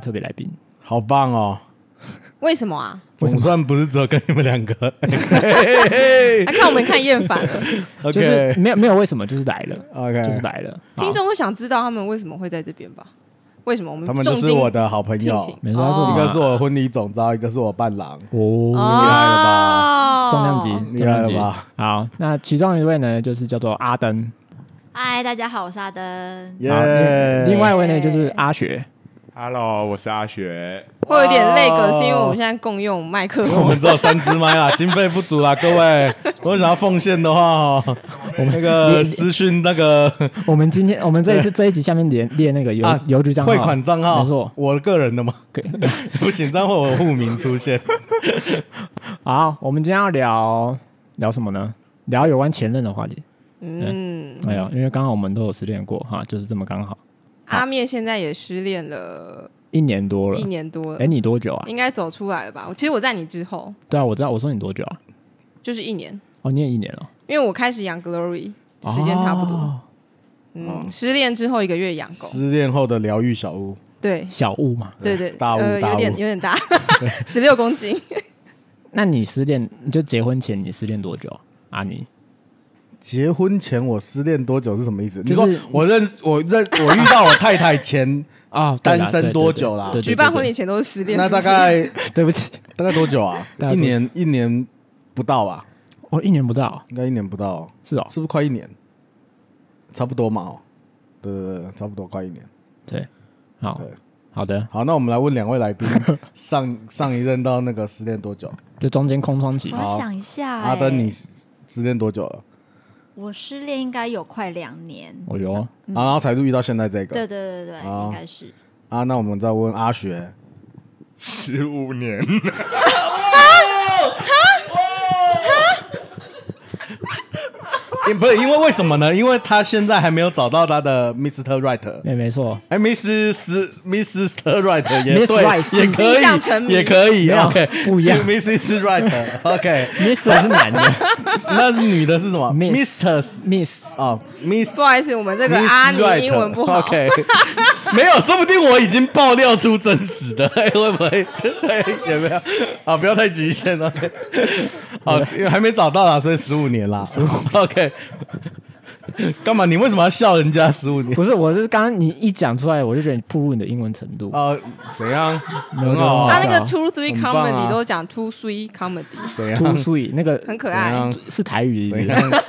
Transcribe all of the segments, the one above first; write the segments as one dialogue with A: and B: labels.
A: 特别来宾。
B: 好棒哦！
C: 为什么啊？
B: 总算不是只有跟你们 两个。
C: 他哎看我们看厌烦 了，
A: 就是没有没有为什么，就是来了
B: OK，
A: 就是来了。好
C: 听众会想知道他们为什么会在这边吧？为什么我们
B: 他们
C: 重
B: 就是
C: 金
B: 我的好朋友
C: 聘，请
A: 没错他是我
B: 一
A: 们
B: 个是我的婚礼总招，一个是我伴郎。
A: 哦，
C: 哦
B: 吧
A: 重量级，重
B: 哦厉害
A: 量
B: 了
A: 级
B: 吧。
A: 好，那其中一位呢，就是叫做阿登，
D: 嗨，大家好，我是阿登。
B: 耶
A: 好
B: 哎
A: 另另外一位呢
C: 哎
A: 就是阿学，
E: Hello，我是阿学。
C: 会有点那个，是因为
B: 哦
C: 我们现在共用麦克
B: 我
C: 风。
B: 们只有三支麦啦，经费不足啦，各 位。我想要奉献的话哦，我们那个私讯那个
A: 我们今天我们这一次这一集下面列列那个邮
B: 哎啊
A: 邮局账号
B: 汇款账号，
A: 没错。
B: 我个人的嘛，
A: 可以
B: 不行，这样会有户名出现。
A: 好，我们今天要聊聊什么呢？聊有关前任的话题。
C: 嗯，
A: 哎呀，因为刚好我们都有失恋过哈，就是这么刚好啊
C: 阿面现在也失恋了
A: 一年多了
C: 一。年多
A: 哎，
C: 了，
A: 你多久啊？
C: 应该走出来了吧？其实我在你之后
A: 对啊，我知道，我说你多久啊？
C: 就是一年，
A: 哦，你也一年了，
C: 因为我开始养 Glory 时间差不多。
A: 哦
C: 嗯，失恋之后一个月养狗，
B: 失恋后的疗愈小屋，
C: 对
A: 小物嘛。
C: 对对，
B: 大雾
C: 呃，
B: 大
C: 有点
B: 雾
C: 有点大， 十六公斤。
A: 那你失恋，你就结婚前你失恋多久啊？阿尼，
B: 结婚前我失恋多久是什么意思？
A: 就是
B: 你说我认我认我遇到我太太前
A: 啊
B: 哦单身多久啦
C: 举办婚礼，前都是失恋，
B: 那
C: 是不
B: 大
C: 是
B: 概
A: 对不起，？
B: 大概多久啊
A: 大概多久
B: 一年一年不到吧？
A: 我哦一年不到，
B: 应该一年不到哦，
A: 是哦，
B: 是不是快一年？差不多嘛，哦，对对对，差不多快一年。
A: 对，好
B: 对
A: 好的，
B: 好，那我们来问两位 来宾，上上一任到那个失恋多久？
A: 就中间空窗期
D: 我
B: 好
D: 要想一下、哎
B: 阿登，你，失恋多久了？
D: 我失恋应该有快两年。
A: 哦哟，
B: 啊，然后才遇到现在这
D: 对
B: 个。
D: 对对对，
B: 好
D: 应该是。
B: 啊，那我们再问阿学，
E: 十 五年，
B: 因不是因为为什么呢？因为他现在还没有找到他的 Mr. Right。
A: 没没错，
B: 哎，Mrs. Mrs. Right 也
A: Miss Right
B: 对，也
C: 心
B: 可
C: 向沉
B: 以，
C: 迷
B: 也可以
A: 没有
B: ，OK，
A: 不一 样
B: Mrs. Right，OK，
A: ，Miss 是男的
B: 那是女的是什么
A: ，Miss
B: ？Mr.
A: Miss
B: 哦，Miss
C: 不好意思，我们这个
B: Miss
C: 阿尼
B: Right
C: 英文不好。
B: OK，没有，说不定我已经爆料出真实的，会不会？有没有？啊，不要太局限了。好，因为还没找到啦，所以十五年啦。十五 OK，干嘛？你为什么要笑人家十五年？
A: 不是，我是刚刚你一讲出来，我就觉得你暴露你的英文程度，
B: 啊，怎样？
A: 有
B: 很好
C: 他
B: 啊
C: 那
A: 很好
C: 个 two three
B: 很棒啊
C: comedy 都讲 two three comedy，
B: 怎样？
A: 粗所以那个
C: 很可
B: 怎
C: 爱
B: 样。啊
A: 是台语的
B: 怎
A: 意思，
B: 样？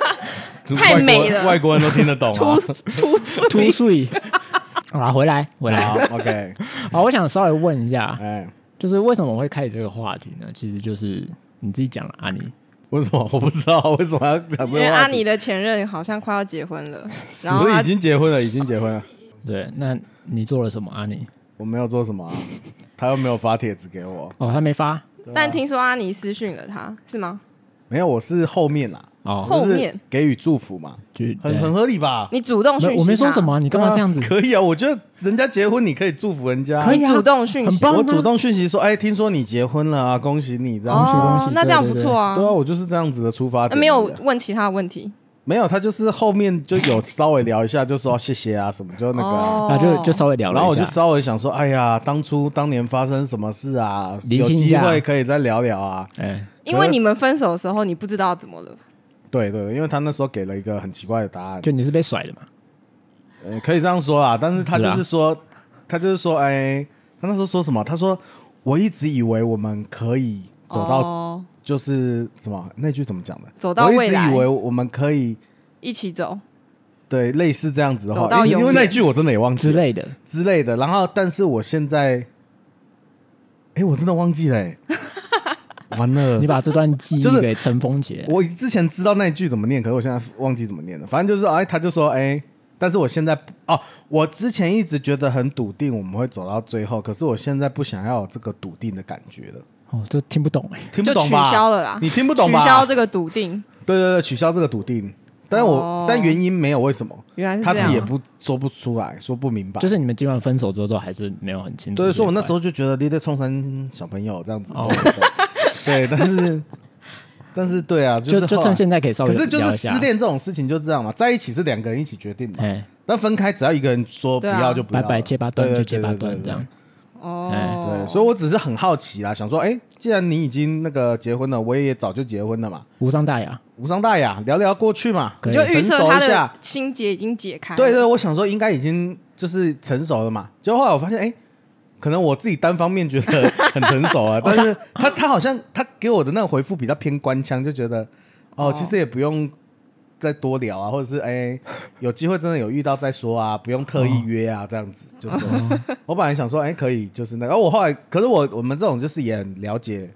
C: 太
B: 外国
C: 美了
B: 外国人都听得懂啊
C: two。two
A: 粗
C: three
A: 所以，好啦，回来回来，
B: 好，OK，
A: 好，我想稍微问一下，
B: 哎，
A: 就是为什么我会开始这个话题呢？其实就是你自己讲了，阿尼，
B: 为什么我不知道？为什么要啊讲这
C: 因
B: 个
C: 为
B: 话
C: 阿
B: 题
C: 尼的前任好像快要结婚 了，然
B: 不
C: 后
B: 是
C: 他
B: 已经结婚了？已经结婚了。
A: 对，那你做了什
B: 啊
A: 么，阿尼？
B: 我没有做什么、啊， 他又没有发帖子给我，
A: 哦，他没发
C: 但听说阿尼私讯了他，是吗？
B: 没有，我是后面啦，
A: 哦，
C: 后面
B: 就是给予祝福嘛，
A: 就
B: 很很合理吧？
C: 你主动
A: 没
C: 讯
A: 有
C: 息
A: 我没说
C: 他
A: 什么啊，你干嘛这样子
B: 对？啊可以啊，我觉得人家结婚你可以祝福人家，
A: 可以啊
C: 主动讯息
A: 很棒啊
B: 我主动讯息说，哎，听说你结婚了啊，恭喜你这样。
A: 恭喜
C: 哦，那这样
A: 对
C: 不
A: 对
C: 错啊
B: 对。啊，我就是这样子的出发
C: 那
B: 点。
C: 没有问其他问题
B: 没有，他就是后面就有稍微聊一下，就说谢谢啊什么，就那个啊、
C: 哦，
A: 那就就稍微聊了一下，
B: 然后我就稍微想说，哎呀，当初当年发生什么事啊？
A: 厘
B: 有
A: 清一
B: 机
A: 下
B: 会可以再聊聊啊。
A: 哎，
C: 因为你们分手的时候，你不知道怎么了，
B: 对对，对因为他那时候给了一个很奇怪的答案，
A: 就你是被甩的嘛？
B: 呃，可以这样说啦，但是他
A: 是
B: 就
A: 啊
B: 是说，他就是说，哎，他那时候说什么？他说，我一直以为我们可以走到，
C: 哦
B: 就是什么那句怎么讲的？
C: 走到
B: 我一
C: 未
B: 直
C: 来
B: 以为我们可以
C: 一起走，
B: 对类似这样子的
C: 走
B: 话，
C: 到
B: 因为因
C: 永
B: 为
C: 远
B: 那句我真的也忘记
A: 之
B: 了
A: 类的，
B: 之类的。然后，但是我现在，哎，我真的忘记了、 哎完了
A: 你。把这段记
B: 就是
A: 忆给尘封起来。
B: 我之前知道那句怎么念，可是我现在忘记怎么念了。反正就是，哎，他就说，哎，但是我现在不哦，我之前一直觉得很笃定我们会走到最后，可是我现在不想要有这个笃定的感觉了，
A: 哦，这听不懂哎，
B: 听不
C: 就
B: 懂
C: 取
B: 吧？
C: 消了啦。
B: 你听不懂
C: 取
B: 吧？
C: 消这个笃定，
B: 对对对，取消这个笃定。但我、
C: 哦
B: 但原因没有为什么，
C: 原来是
B: 他
C: 这
B: 自
C: 样
B: 己也
C: 啊。
B: 不说不出来，说不明白。
A: 就是是你们今晚分手之后都还是没有很清楚这一块。
B: 对，所以我那时候就觉得你在冲山小朋友这样子。
A: 哦
B: 对对对对，但是但是对啊，
A: 就是就
B: 后来
A: 趁现在可以稍微
B: 可是就是
A: 聊一下
B: 失，恋这种事情就这样嘛，在一起是两个人一起决定嘛，
A: 哎，
B: 但分开只要一个人说不
C: 对啊
B: 要就不要
A: 拜
B: 了，
A: 拜切八段
B: 对
A: 就切八
B: 对对
A: 段
B: 对
A: 这样。
C: 哦，
B: 哎对，所以我只是很好奇啦，想说，哎，既然你已经那个结婚了，我也早就结婚了嘛，
A: 无伤大雅，
B: 无伤大雅，聊聊过去嘛，
A: 可
C: 你
A: 以
C: 就预测
B: 成熟
C: 他
B: 一下
C: 的心结已经解开了。
B: 对对，我想说应该已经就是成熟了嘛，结果后来我发现，哎，可能我自己单方面觉得很成熟 啊，但是他他好像他给我的那个回复比较偏官腔，就觉得哦，
C: 哦
B: 其实也不用再多聊啊，或者是哎，有机会真的有遇到再说啊，不用特意约啊，这样子就
C: 哦
B: 对了。我本来想说，哎，可以就是那个，然后我后来可是我我们这种就是也很了解。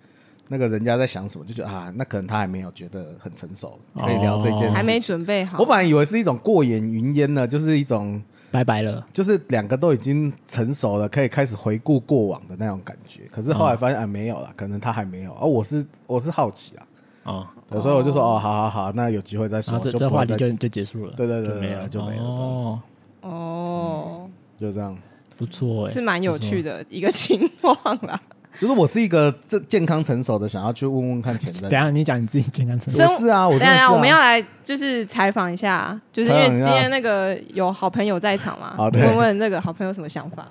B: 那个人家在想什么，就觉得啊，那可能他还没有觉得很成熟，可以聊这件事情。
C: 还没准备好。
B: 我本来以为是一种过眼云烟呢，就是一种，
A: 拜拜了。
B: 就是两个都已经成熟了，可以开始回顾过往的那种感觉。可是后来发现、啊，没有啦，可能他还没有。哦，我是我是好奇啊，
A: 哦，
B: 对所以我就说哦，好好好，那有机会再说。
A: 然后这
B: 就
A: 这
B: 不会
A: 话题
B: 再
A: 就就结束了，
B: 对对对对
A: 没了
B: 对就没了
A: 哦，
C: 哦，
B: 就这样。
A: 不错哎
C: 是，蛮有趣的一个情况啦。
B: 就是我是一个这健康成熟的，想要去问问看前任
A: 等一。下你讲你自己健康成
B: 是
A: 熟，
C: 生
B: 我啊，我
C: 等
B: 真的
C: 一
B: 是、
C: 下，
B: 啊。
C: 我们要来就是采访一下，就是因
B: 采
C: 为
B: 访一下
C: 今天那个有好朋友在场嘛，
B: 啊对
C: 问问那个好朋友什么想法？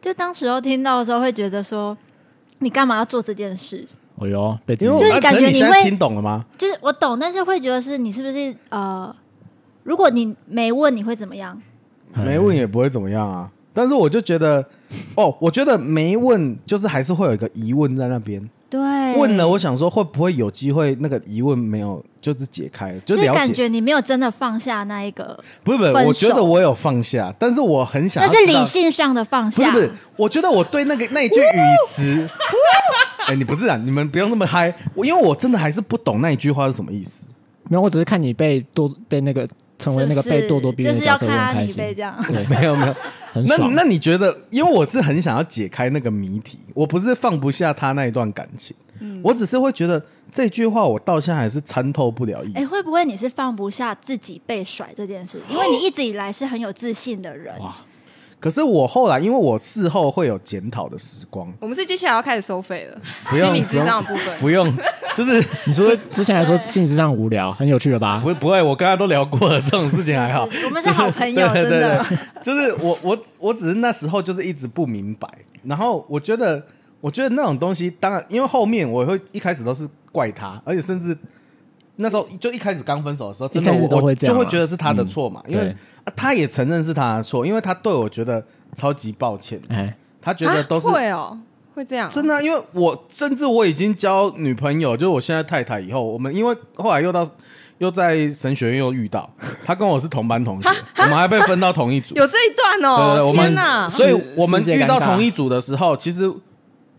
D: 就当时候听到的时候，会觉得说，你干嘛要做这件事？
A: 哎呦，被自
B: 因为
A: 己
B: 我
D: 就是
B: 啊
D: 感
B: 可
D: 觉
B: 你
D: 你
B: 现在
D: 会
B: 听懂了吗？
D: 就是我懂，但是会觉得是你是不是呃，如果你没问，你会怎么样？
B: 没问也不会怎么样啊。但是我就觉得，哦，我觉得没问就是还是会有一个疑问在那边。
D: 对，
B: 问
D: 嗯
B: 了，我想说会不会有机会那个疑问没有就是解开，就
D: 就是
B: 了
D: 感
B: 解。
D: 觉你没有真的放下那一个，
B: 不是不是，
D: 分手
B: 我觉得我有放下，但是我很想
D: 那
B: 要
D: 是
B: 知道
D: 理。性啊上的放
B: 不
D: 下。
B: 是不是，我觉得我对那个那一句语 词，哎，你不是啊，你们不用那么嗨，我因为我真的还是不懂那一句话是什么意思。
A: 没有，我只是看你被咄被那个成为那个
D: 是不是
A: 被咄咄逼
D: 就
A: 人的
D: 是
A: 角
D: 要
A: 色，我很
D: 看
A: 开
D: 你被
A: 心，
D: 这样。
A: 对，
B: 没有没有，
A: 很
B: 那
A: 爽。
B: 那你觉得，因为我是很想要解开那个谜题，我不是放不下他那一段感情，
D: 嗯
B: 我只是会觉得这句话我到现在还是参透不了意
D: 哎、
B: 思。
D: 会不会你是放不下自己被甩这件事？因为你一直以来是很有自信的人，
B: 可是我后来，因为我事后会有检讨的时光，
C: 我们是接下来要开始收费了，
B: 不用
C: 心理智商的部
B: 不
C: 分。
B: 用，就是
A: 你说之前还说性质上无聊，很有趣了吧？
B: 不不会，我刚才都聊过了，这种事情还好。
D: 我们是好朋友，
B: 对
D: 真
B: 对
D: 的。
B: 对，就是我我我只是那时候就是一直不明白，然后我觉得我觉得那种东西，当然因为后面我会一开始都是怪他，而且甚至那时候就一开始刚分手的时候，真的
A: 一开始
B: 我
A: 都会这样啊
B: 我就会觉得是他的错嘛，
A: 嗯
B: 因为
A: 对、
B: 啊他也承认是他的错，因为他对我觉得超级抱歉，
A: 哎，
B: 他觉得都是
C: 啊会哦，会这样哦，
B: 真的啊、因为我甚至我已经交女朋友，就是我现在太太以后，我们因为后来又到又在神学院又遇到，她跟我是同班同学，我们还被分到同一组。
C: 有这一段
B: 对对对
C: 哦，
B: 我
C: 天
B: 们
C: 哪！
B: 所以
A: 世
B: 我们
A: 世界
B: 遇
A: 尴
B: 到
A: 尬
B: 同一组的时候，其实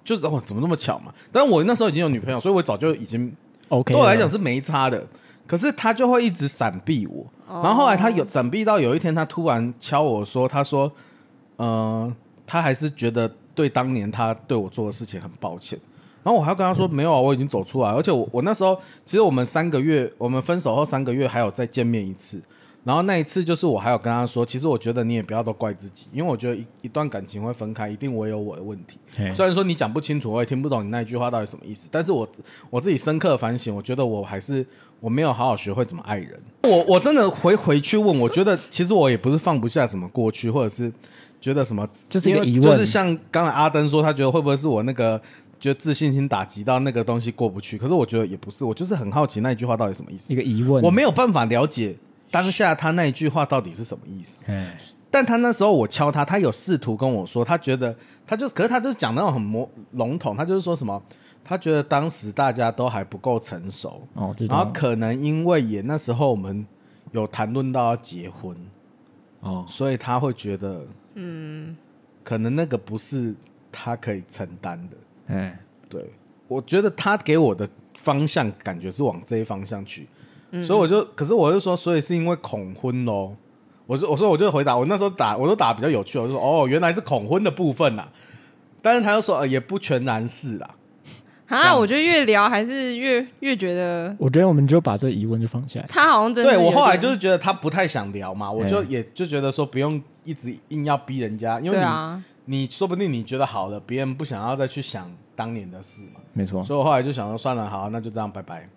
B: 就是哦，怎么那么巧嘛？但我那时候已经有女朋友，所以我早就已经
A: OK，
B: 对我来
A: 了
B: 讲是没差的。可是他就会一直闪避我，然后后来他有闪避到有一天，他突然敲我说：“他说，呃，他还是觉得对当年他对我做的事情很抱歉。”然后我还要跟他说：“没有啊，我已经走出来，而且我我那时候其实我们三个月，我们分手后三个月还有再见面一次。然后那一次就是我还有跟他说，其实我觉得你也不要都怪自己，因为我觉得一一段感情会分开，一定我也有我的问题。
A: 嘿
B: 虽然说你讲不清楚，我也听不懂你那一句话到底什么意思，但是我我自己深刻反省，我觉得我还是我没有好好学会怎么爱人。我我真的回回去问，我觉得其实我也不是放不下什么过去，或者是觉得什么，
A: 就是一个
B: 因为
A: 疑问
B: 就是像刚才阿登说，他觉得会不会是我那个。觉得自信心打击到那个东西过不去，可是我觉得也不是，我就是很好奇那一句话到底什么意思
A: 一。个疑问，
B: 我没有办法了解当下他那一句话到底是什么意思。
A: 哎
B: 但他那时候我敲他，他有试图跟我说，他觉得他就是，可是他就是讲那种很模笼统，他就是说什么，他觉得当时大家都还不够成熟，
A: 哦，这
B: 然后
A: 种
B: 啊可能因为也那时候我们有谈论到要结婚，
A: 哦，
B: 所以他会觉得，嗯，可能那个不是他可以承担的。
A: 哎，
B: 对，我觉得他给我的方向感觉是往这一方向去，
C: 嗯
B: 所以我就，可是我就说，所以是因为恐婚咯。我说，我说，我就回答，我那时候打，我都打比较有趣，我就说，哦，原来是恐婚的部分啦。但是他又说，呃，也不全然是啦。
C: 啊，我觉得越聊还是越越觉得
A: 我觉得我们就把这个疑问就放下来，
C: 他好像真的
B: 对
C: 有
B: 我后来
C: 点
B: 就是觉得他不太想聊嘛，我就也就觉得说不用一直硬要逼人家，因为
C: 对
B: 你、
C: 啊，
B: 你说不定你觉得好了，别人不想要再去想当年的事嘛。
A: 没错
B: 所以我后来就想说，算了，好，那就这样，拜拜。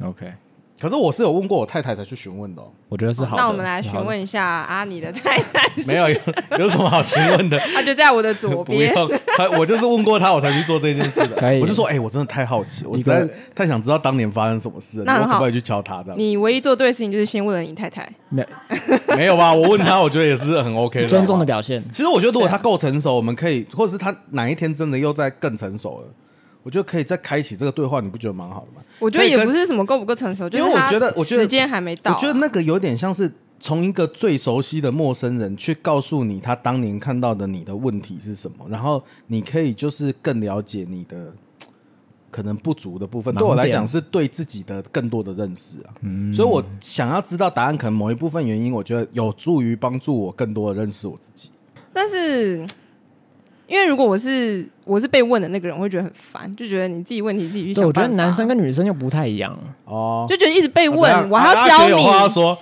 A: ，OK，
B: 可是我是有问过我太太才去询问 的、哦，
A: 我觉得是好的。
C: 那我们来
A: 是
C: 询
A: 好的，
C: 问一下阿尼的太 太，
B: 没有 有有什么好询问的？
C: 她就在 我的左
B: 不
C: 边。
B: 用， 他我就是问过他，我才去做这件事的。
A: 可以
B: 我就说，哎、我真的太好奇，我实在太想知道当年发生什么事了，
C: 那
B: 你
C: 很
B: 我可
C: 好
B: 不可以去敲他这样？
C: 你唯一做对的事情就是先问了你太太，
A: 没
B: 没有吧？我问他，我觉得也是很 OK 的，
A: 尊重的。表现，
B: 其实我觉得，如果他够成熟，我们可以，或者是他哪一天真的又在更成熟了，我觉得可以再开启这个对话，你不觉得蛮好的吗？
C: 我觉得
B: 可以
C: 也
B: 跟
C: 不是什么够不够成熟，就
B: 因
C: 是
B: 为我
C: 她
B: 觉得我觉得
C: 时间还没到
B: 我
C: 啊。
B: 觉得那个有点像是从一个最熟悉的陌生人去告诉你他当年看到的你的问题是什么，然后你可以就是更了解你的嘖可能不足的部分。
A: 盲
B: 对我来
A: 点
B: 讲是对自己的更多的认识啊，所以我想要知道答案，可能某一部分原因，我觉得有助于帮助我更多的认识我自己。
C: 但是因为如果我是我是被问的那个人，我会觉得很烦，就觉得你自己问题自己
A: 对，
C: 去想
A: 我觉
C: 办
A: 得
C: 法。
A: 男生跟女生又不太一样。
B: 哦，
C: 就觉得一直被
B: 啊
C: 问，
B: 怎样
C: 我还
B: 啊
C: 要
B: 阿
C: 教
B: 学有
C: 你，
B: 话要说，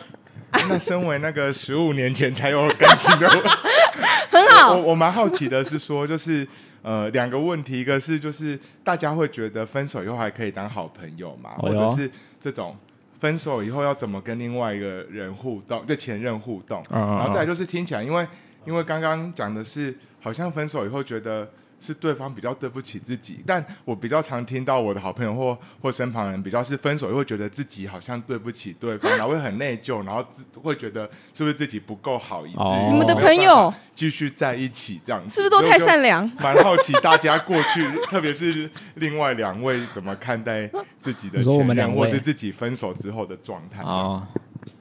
E: 那身为那个十五年前才有感情的我，
C: 很好
E: 我。我蛮好奇的是说，就是呃两个问题，一个是就是大家会觉得分手以后还可以当好朋友嘛，
B: 哎
E: 或
B: 呦
E: 者是这种。分手以后要怎么跟另外一个人互动，就前任互动，
A: 嗯嗯嗯
E: 然后再来就是听起来，因为因为刚刚讲的是，好像分手以后觉得是对方比较对不起自己，但我比较常听到我的好朋友或或身旁人比较是分手以后觉得自己好像对不起对方，然后会很内疚，然后自会觉得是不是自己不够好，以至于
A: 哦你们的
E: 没有办
C: 朋友
E: 法继续在一起这样子，
C: 是不是都太善良？
E: 蛮好奇大家过去， 特别是另外两位怎么看待自己的
A: 你说我
E: 前
A: 们
E: 任，
A: 两位
E: 或是自己分手之后的状态。
A: 哦，
B: 好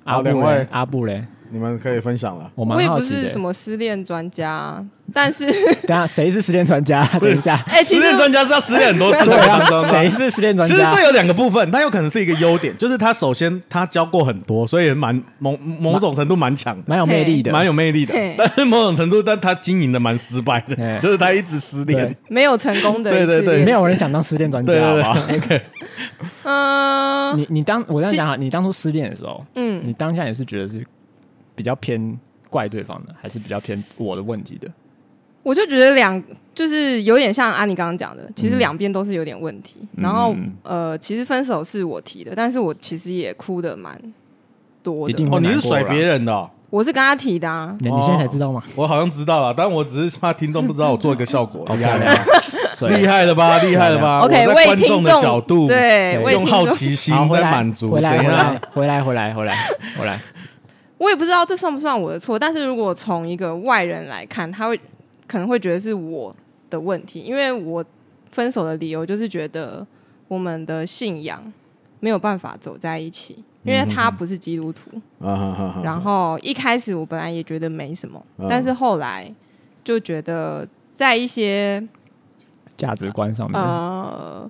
A: 阿
B: 啊两
A: 布
B: 位
A: 嘞，阿布嘞，
B: 你们可以分享了。
A: 我
C: 我
A: 蛮
C: 也
A: 好
C: 不
A: 奇
C: 是什
A: 的。
C: 么失恋专家，但是
A: 等一下谁是失恋专家？等一下，
C: 哎、
B: 失
C: 其实
B: 恋专家是要失恋很多次
A: 对
B: 的当中
A: 啊，
B: 吗
A: 谁是失恋专
B: 其实
A: 家？
B: 这有两个部分，它有可能是一个优点，就是他首先他教过很多，所以蛮某某种程度蛮强的，
A: 蛮有魅力的，
B: 蛮有魅力的
C: 嘿。
B: 但是某种程度，但他经营的蛮失败的，
A: 嘿
B: 就是他一直失恋
A: 对。
C: 没有成功的一次
B: 对对对
C: 恋
A: 没有人想当失恋专家，
B: 对
A: 好
B: 对
A: 不好？
B: 对，OK，
C: 嗯、
A: 你你当我这样讲啊，你当初失恋的时候，
C: 嗯
A: 你当下也是觉得是比较偏怪对方的，还是比较偏我的问题的？
C: 我就觉得两就是有点像安妮刚刚讲的，
A: 嗯
C: 其实两边都是有点问题。然后呃，其实分手是我提的，但是我其实也哭的蛮多
A: 一定
C: 的。
A: 会
B: 哦，你
A: 难
B: 是
A: 过
B: 甩
A: 啦
B: 别人的哦，
C: 我是跟他提的啊，
A: 你你现在才知道吗？
B: 我好像知道了，但我只是怕听众不知道我做一个效果，厉害了吧，
A: 所以
B: 厉害了吧，厉害了吧
C: OK，
B: 我在
C: 为
B: 观
C: 听
B: 众的
C: 众
B: 角度，
C: 对为
B: 用
C: 听
B: 好
C: 众
B: 奇心
A: 好，回
B: 在
A: 来，
B: 满足，
A: 回来，
B: 怎
A: 回
B: 样
A: 来？，回来，回来，回来，回来。
C: 我也不知道这算不算我的错，但是如果从一个外人来看，他会可能会觉得是我的问题，因为我分手的理由就是觉得我们的信仰没有办法走在一起，因为他不是基督徒。
B: 啊哈哈哈
C: 然后一开始我本来也觉得没什么，
B: 嗯
C: 但是后来就觉得在一些
A: 价值观上面，
C: 呃，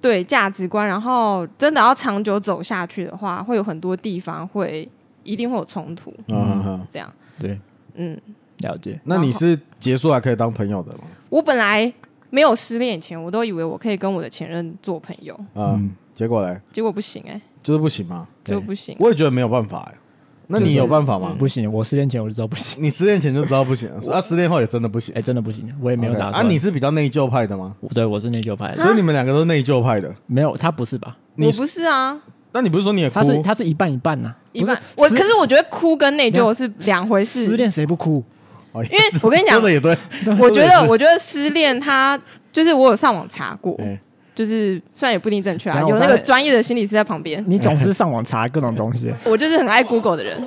C: 对价值观，然后真的要长久走下去的话，会有很多地方会一定会有冲突，
B: 啊哈哈
C: 这样，
A: 对，
C: 嗯，
A: 了解。
B: 那你是结束还可以当朋友的吗？
C: 我本来没有失恋以前，我都以为我可以跟我的前任做朋友，
B: 啊，结果嘞，
C: 结果不行哎、
B: 就是不行吗？
A: 对
C: 就不行。
B: 我也觉得没有办法哎、那
A: 就
B: 你
A: 是嗯
B: 有办法吗？
A: 不行，我失恋前我就知道不行，
B: 你失恋前就知道不行，啊，失恋后也真的不行
A: 哎，。真的不行，我也没有
B: OK，
A: 打
B: 啊，
A: 算。
B: 你是比较内疚派的吗？
A: 对我是内疚
C: 啊
A: 派的，
B: 所以你们两个都内疚派的。
A: 没有他不是吧？
B: 你
C: 我不是啊，
B: 那你不是说你也哭
A: 他？是他是一半一半呐。
C: 一般
A: 不
C: 我
A: 失
C: 可是我觉得哭跟内疚是两回事。
A: 失恋谁不哭？
B: 哦也
C: 因为
B: 是
C: 我跟你讲
B: 说的也对，
C: 我觉得，我觉得失恋它就是我有上网查过
B: 哎，
C: 就是虽然也不一定正确啊，
A: 然后
C: 有那
A: 我发
C: 个
A: 现
C: 专业的心理师在旁边。
A: 你总是上网查各种东西，
C: 我就是很爱 Google 的人，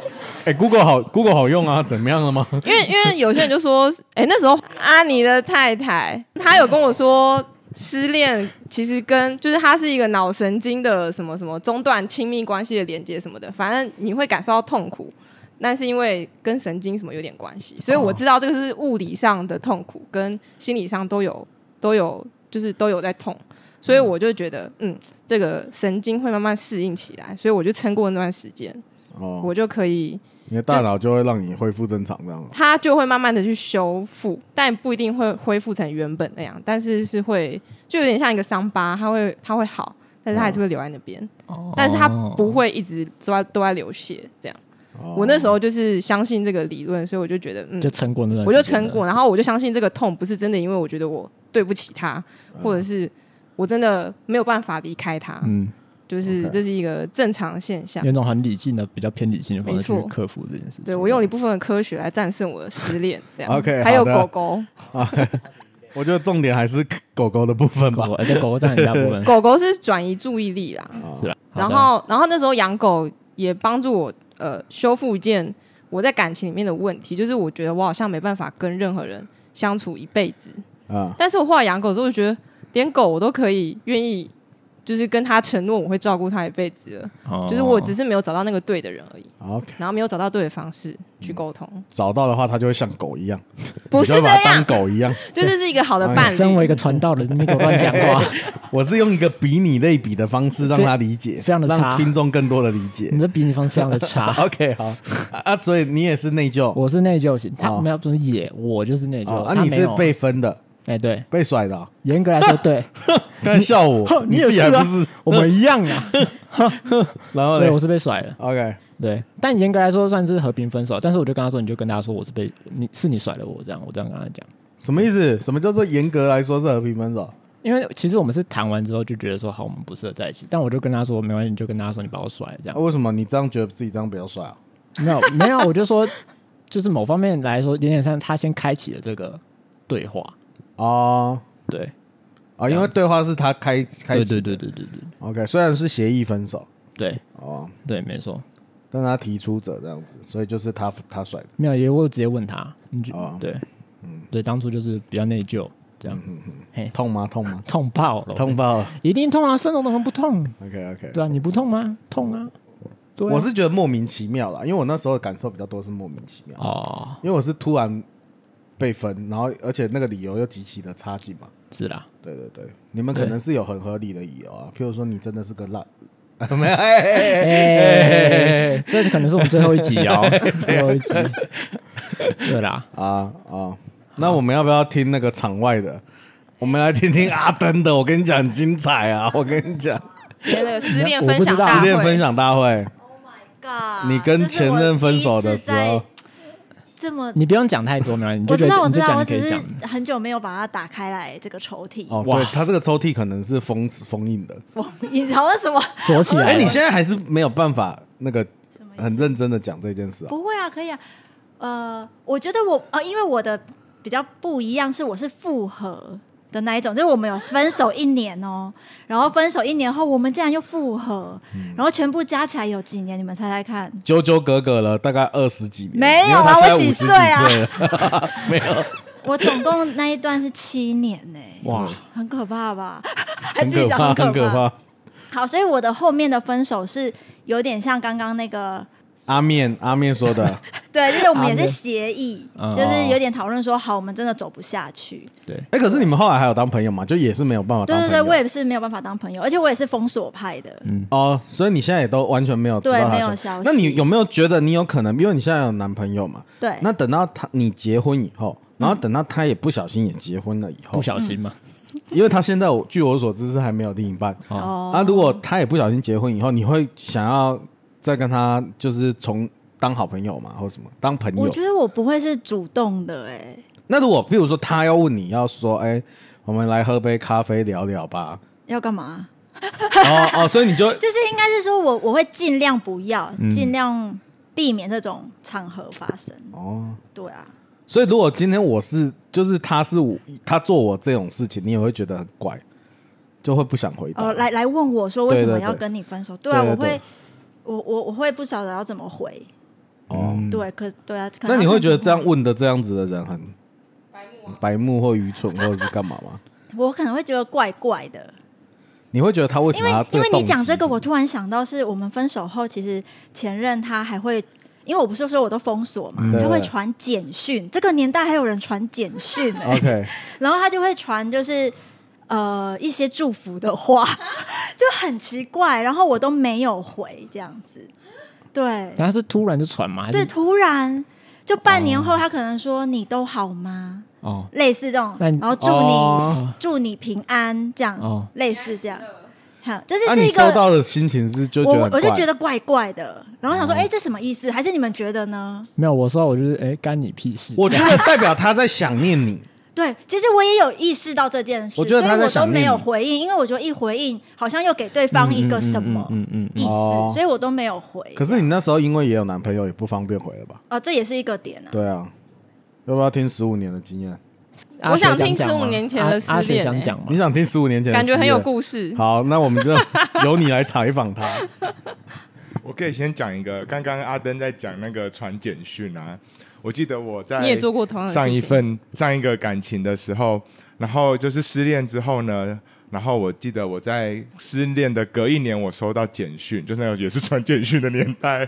B: 哎，Google 好，Google 好用啊，怎么样了 吗？
C: 因为因为有些人就说，哎、那时候阿尼的太太，她有跟我说，失恋其实跟就是它是一个脑神经的什么什么中断亲密关系的连接什么的，反正你会感受到痛苦，但是因为跟神经什么有点关系，所以我知道这个是物理上的痛苦跟心理上都有都有就是都有在痛，所以我就觉得嗯，这个神经会慢慢适应起来，所以我就撑过那段时间，
B: 哦，
C: 我就可以。
B: 你的大脑就会让你恢复正常这样。
C: 它就会慢慢的去修复，但不一定会恢复成原本那样，但是是会就有点像一个伤疤，它会它会好，但是它还是会留在那边，但是它
A: 哦
C: 不会一直都在都在流血这样。
B: 哦
C: 我那时候就是相信这个理论，所以我就觉得嗯
A: 就，撑过那段，
C: 我就成果，。然后我就相信这个痛不是真的，因为我觉
B: 嗯
C: 得我对不起他，或者是我真的没有办法离开他，
A: 嗯，
C: 就是这是一个正常现象。
A: 有一种很理性的、比较偏理性的方式
C: 没
A: 去
C: 错
A: 克服这件事情。
C: 对我用一部分的科学来战胜我的失恋，这样。
B: OK，
C: 还有
B: 好的
C: 狗狗，。
B: 我觉得重点还是狗狗的部分吧
A: 狗狗，。而且哎狗狗占很大部分
C: 狗狗是转移注意力啦。
A: 是啦，
C: 然
A: 好的
C: 后，然后那时候养狗也帮助我呃修复一件我在感情里面的问题，就是我觉得我好像没办法跟任何人相处一辈子。
B: 啊，
C: 但是我后来养狗之后，就觉得连狗我都可以愿意，就是跟它承诺我会照顾它一辈子了。
A: 哦
C: 就是我只是没有找到那个对的人而已，
B: 啊 OK，
C: 然后没有找到对的方式去沟通，
B: 找到的话，它就会像狗一样，
C: 不
B: 你就
C: 是
B: 会
C: 这
B: 把它当
C: 样，
B: 狗一样。
C: 就是是一个好的伴
A: 哎身为一
C: 侣。
A: 个传道人，你给我乱讲话，
B: 我是用一个比拟类比的方式让他理解，
A: 非非常地差嗯
B: 让听众更多的理解
A: 你。的比你方式非常的差。
B: OK，好啊啊，所以你也是内疚
A: 我是内疚型，他
B: 哦
A: 没有说野，我就是内疚。
B: 哦啊，
A: 他
B: 你
A: 没
B: 是
A: 有
B: 被分的，
A: 哎，对，
B: 被甩的啊，
A: 严格来说， 对
B: 刚才 笑我，
A: 你也
B: 自己还
A: 是啊
B: 不是？
A: 我们一样 啊。
B: 然后
A: 对，我
B: 呢
A: 是被甩了。
B: ？OK，
A: 对，但严格来说算是和平分手，但是我就跟他说，你就跟他说我是被你是你甩了我这样，我这样跟他讲。
B: 什么意思？什么叫做严格来说是和平分手？
A: 因为其实我们是谈完之后就觉得说好，我们不适合在一起，但我就跟他说没关系，你就跟他说你把我甩了这
B: 啊
A: 样。
B: 为什么你这样觉得自己这样比较帅啊？
A: 没有没有，我就说就是某方面来说，有点像他先开启了这个对话，
B: 哦
A: 对，
B: 啊，因为对话是他开开
A: 对
B: 启
A: 对对对对对
B: OK，虽然是协议分手
A: 对
B: 哦，
A: 对，没错，
B: 但他提出者这样子，所以就是他他甩的。
A: 没有，也我有直接问他，你就、
B: 哦
A: 对，对，当初就是比较内疚这样，
B: 痛吗？痛 吗？
A: 痛爆了，
B: 嗯痛爆了。
A: 一定痛啊，分手怎么不痛？
B: OK OK，
A: 对啊，你不痛吗？痛啊，对啊
B: 我是觉得莫名其妙啦，因为我那时候的感受比较多是莫名其妙，
A: 哦，
B: 因为我是突然被分，然后而且那个理由又极其的差劲嘛。
A: 是啦，
B: 对对对，你们可
A: 对
B: 能是有很合理的理由啊，譬如说你真的是个烂，没有，哎哎哎
A: 哎、这可能是我们最后一 集哦，最后一集，对啦，
B: 啊啊！那我们要不要听那个场外的？我们来听听阿登的，我跟你讲很精彩 啊！我跟你讲，
C: 那个失恋
A: 我
C: 分
A: 不
C: 享
A: 知道
C: 大
B: 失恋
C: 会
B: 分享大会，
D: God，
B: 你跟前任分手的时候，
D: 这么
A: 你不用讲太多，没关系，你
D: 我
A: 就
D: 知
A: 觉
D: 道，
A: 得
D: 我
A: 你
D: 知
A: 就
D: 道，
A: 讲
D: 我
A: 你可
D: 只
A: 以
D: 是
A: 讲的。
D: 很久没有把它打开来这个抽屉。
B: 哦，
A: 哇
B: 对，他这个抽屉可能是封封印的。
D: 我你聊了什么？
A: 锁起来了。
B: 哎、你现在还是没有办法那个
D: 什么意思
B: 很认真的讲这件事啊？
D: 不会啊，可以啊。呃，我觉得我呃，因为我的比较不一样，是我是复合的那一种，就是我们有分手一年哦，然后分手一年后，我们竟然又复合，
A: 嗯
D: 然后全部加起来有几年？你们猜猜看？
B: 久久隔隔了大概二十几年，
D: 没有
B: 因
D: 啊
B: 为他现在
D: 我几
B: 50几
D: 岁啊
B: 岁了？没有，
D: 我总共那一段是七年呢、
A: 哇，
D: 很可怕吧？还
B: 很
D: 自己
B: 可
D: 讲
B: 怕，很
D: 可
B: 可怕。
D: 好，所以我的后面的分手是有点像刚刚那个
B: 阿面，阿面说 的，
D: 对，就是我们也
A: 啊
D: 是协议，
A: 嗯
B: 哦
D: 就是有点讨论说，好，我们真的走不下去。
A: 对，
B: 哎、可是你们后来还有当朋友吗？就也是没有办法
D: 对
B: 当
D: 对
B: 朋
D: 对，
B: 友。
D: 我也是没有办法当朋友，而且我也是封锁派的。
B: 哦，所以你现在也都完全没有知道
D: 对
B: 他
D: 没
B: 的
D: 有
B: 消
D: 消息
B: 那你有没有觉得你有可能，因为你现在有男朋友嘛？
D: 对，嗯
B: 那等到他你结婚以后，然后等到他也不小心也结婚了以后
A: 不，小心嘛，
B: 因为他现在我据我所知是还没有另一半。
D: 哦
B: 啊，如果他也不小心结婚以后，你会想要再跟他就是从当好朋友嘛，或什么当朋
D: 我
B: 友？
D: 觉得我不会是主动的、哎，
B: 那如果譬如说他要问你要说，哎、我们来喝杯咖啡聊聊吧。
D: 要干嘛？
B: 哦哦，所以你就
D: 就是应该是说我我会尽量不要，
B: 嗯
D: 尽、量避免这种场合发生。
B: 哦，
D: 对啊，
B: 所以如果今天我是就是他是我他做我这种事情，你也会觉得很怪，就会不想回答。
D: 呃，来来问我说为什
B: 对
D: 么
B: 对
D: 要
B: 对
D: 跟你分手？对啊，
B: 对对
D: 我
B: 对
D: 会，我我我会不晓得要怎么回。
B: 哦，
D: 对，可对啊，可能
B: 那
D: 啊
B: 你
D: 要
B: 会
D: 看
B: 觉得
D: 情
B: 这样
D: 况？
B: 问的这样子的人很白目或愚蠢，或者是干嘛吗？
D: 嗯我可能会觉得怪怪的。
B: 你会觉得他为什
D: 因
B: 么
D: 为
B: 要
D: 因为
B: 动
D: 你讲
B: 机
D: 这个，
B: 是
D: 我突然想到，是我们分手后，其实前任他还会，因为我不是说我都封锁嘛，
B: 嗯对
D: 他
B: 对
D: 会
B: 对
D: 传简讯，这个年代还有人传简讯、 欸，
B: OK，
D: 然后他就会传就是呃一些祝福的话， 就很奇怪，然后我都没有回这样子，对
A: 但他是突然就传嘛，还
D: 对，
A: 是
D: 突然就半年后，他可能说你都好吗？
A: 哦
D: 类似这种，
A: 那你
D: 然后祝你、
B: 哦
D: 祝你平安这样，
A: 哦
D: 类似这样，好，就是
B: 那、
D: 是
B: 你
D: 一
B: 收
D: 个。
B: 到的心情是就觉
D: 我
B: 得
D: 我
B: 很
D: 我就
B: 怪哦
D: 觉得怪怪的，然后想说，哎、这什么意思？还是你们觉得呢？
A: 没有，我说我就是哎，干你屁事，
B: 我觉得代表他在想念你，
D: 对，其实我也有意识到这件事，
B: 我觉得他在
D: 所以我
B: 想
D: 都
B: 念
D: 没有
B: 你
D: 回应，因为我觉得一回应好像又给对方一个什么
B: 嗯嗯嗯嗯嗯嗯
D: 意思，
B: 哦
D: 所以我都没有回。
B: 可是你那时候因为也有男朋友，也不方便回了吧？
D: 啊、这也是一个点啊。
B: 对啊，要不要听十五年的经验？
A: 阿雪
C: 想听
A: 讲吗
C: 15年前的
A: 阿阿
C: 失
A: 雪
C: 恋
A: 想
C: 欸
A: 讲吗
B: 你？想听十五年前的
C: 感觉很有
B: 事业
C: 故事。
B: 好，那我们就由你来采访他。
E: 我可以先讲一个，刚刚阿登在讲那个传简讯啊，我记得我在
C: 你也做过同样的事情
E: 上一份上一个感情的时候，然后就是失恋之后呢，然后我记得我在失恋的隔一年，我收到简讯，就是那种也是传简讯的年代，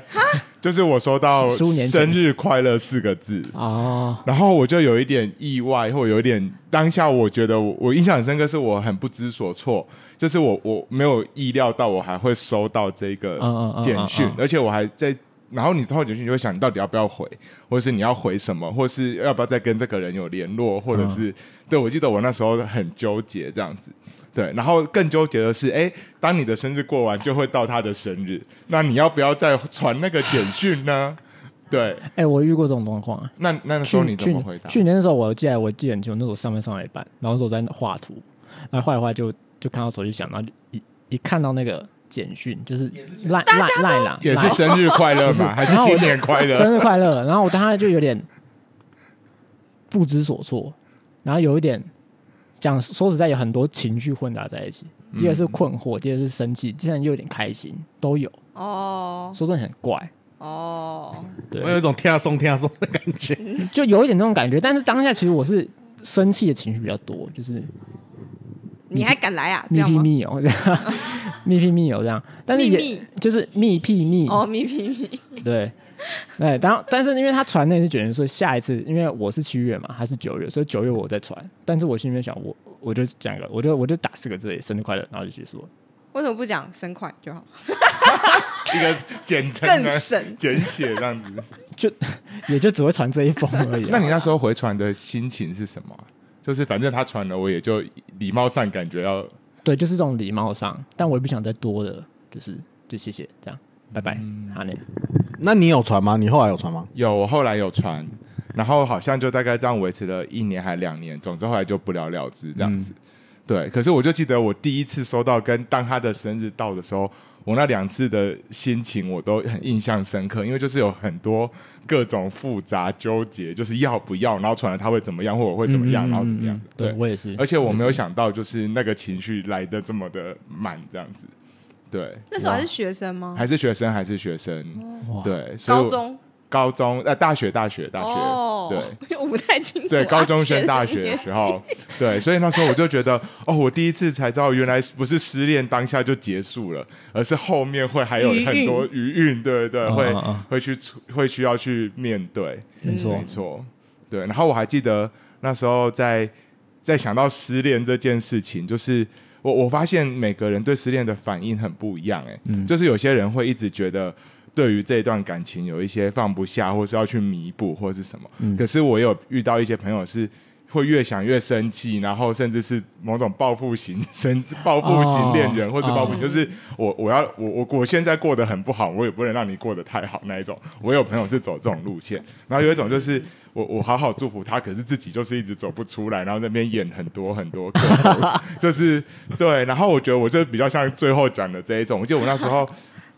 E: 就是我收到
A: 15年前
E: 生日快乐四个字，
A: 哦，
E: 然后我就有一点意外，或有一点当下，我觉得我我印象很深刻，是我很不知所措，就是我我没有意料到我还会收到这个
A: 嗯嗯嗯
E: 简讯，
A: 嗯嗯
E: 而且我还在。然后你之后简讯，你就会想，你到底要不要回，或者是你要回什么，或是要不要再跟这个人有联络，或者是、对我记得我那时候很纠结这样子，对。然后更纠结的是，哎，当你的生日过完，就会到他的生日，那你要不要再传那个简讯呢？对，
A: 哎，我遇过这种状况啊。
E: 那那那时
A: 去
E: 候你怎么回答？
A: 去去年的时候，我记得我记得很清楚，那时候上班上了一半，然后那时候我在画图，然后画一画就就看到手机响，然后就一一看到那个简讯，就是赖赖赖啦，
E: 也是
A: 赖
E: 生日快 乐嘛，还是新年快乐？
A: 生日快乐。然后我当时就有点不知所措，然后有一点讲说实在有很多情绪混杂在一起，第一个是困惑，第二个是生气，第三个又有点开心，都有。
C: 哦
A: 说真的很怪，
C: 哦，
B: 我有一种天啊送天啊送的感觉。
A: 就有一点那种感觉。但是当下其实我是生气的情绪比较多，就是
C: 你还敢来啊？这
A: 密
C: 样
A: 屁
C: 吗？
A: 密友这 样，密屁密友这样，但是
C: 密
A: 也
C: 密
A: 就是密屁密
C: 哦，咪咪咪，
A: 对，对，然后但是因为他传那是九月，所以下一次因为我是七月嘛，他是九月，所以九月我在传，但是我心里面想我我就讲一个，我就我就打四个字而已，生日快乐，然后就结束了。
C: 为什么不讲生快就好？
E: 一个简称
C: 更
E: 的
C: 省
E: 简写这样子。
A: 就也就只会传这一封而已啊、
E: 那你那时候回传的心情是什么啊？就是反正他传了，我也就礼貌上感觉要
A: 对，就是这种礼貌上，但我也不想再多的，就是就谢谢这样，拜拜，
E: 嗯
A: 阿内、
B: 那你有传吗？你后来有传吗？
E: 有。我后来有传，然后好像就大概这样维持了一年还两年，总之后来就不了了之这样子。
A: 嗯
E: 对，可是我就记得我第一次收到跟当他的生日到的时候，我那两次的心情我都很印象深刻，因为就是有很多各种复杂纠结，就是要不要，然后传了他会怎么样，或我会怎么样，然后怎么样
A: 嗯。对我也是
E: 而且我没有想到，就是那个情绪来的这么的满，这样子。对，
C: 那时候还是学生
A: 哦
C: 吗？
E: 还是学生，还是学生。对，所以我
C: 高中
E: 高中呃大学大学大学，
C: 哦，
E: 对。
C: 我不太清楚啊。
E: 对，高中
C: 学
E: 升
C: 的
E: 大学
C: 年
E: 的时候， 对，所以那时候我就觉得，哦，我第一次才知道，原来不是失恋当下就结束了，而是后面会还有
C: 余韵
E: 很多余韵，对对对，
A: 嗯
E: 会
A: 嗯嗯
E: 会去处会需要去面对，
A: 没错
E: 没错，对。然后我还记得那时候在在想到失恋这件事情，就是我我发现每个人对失恋的反应很不一样、欸，哎、就是有些人会一直觉得。对于这段感情有一些放不下，或是要去弥补，或是什么。可是我也有遇到一些朋友是会越想越生气，然后甚至是某种报复型生报复型恋人，
A: 哦
E: 或是报复型，就是我我要我我我现在过得很不好，我也不能让你过得太好那一种。我有朋友是走这种路线，然后有一种就是。我我好好祝福他，可是自己就是一直走不出来，然后在那边演很多很多个， 就是对。然后我觉得我就比较像最后讲的这一种，我记得我那时候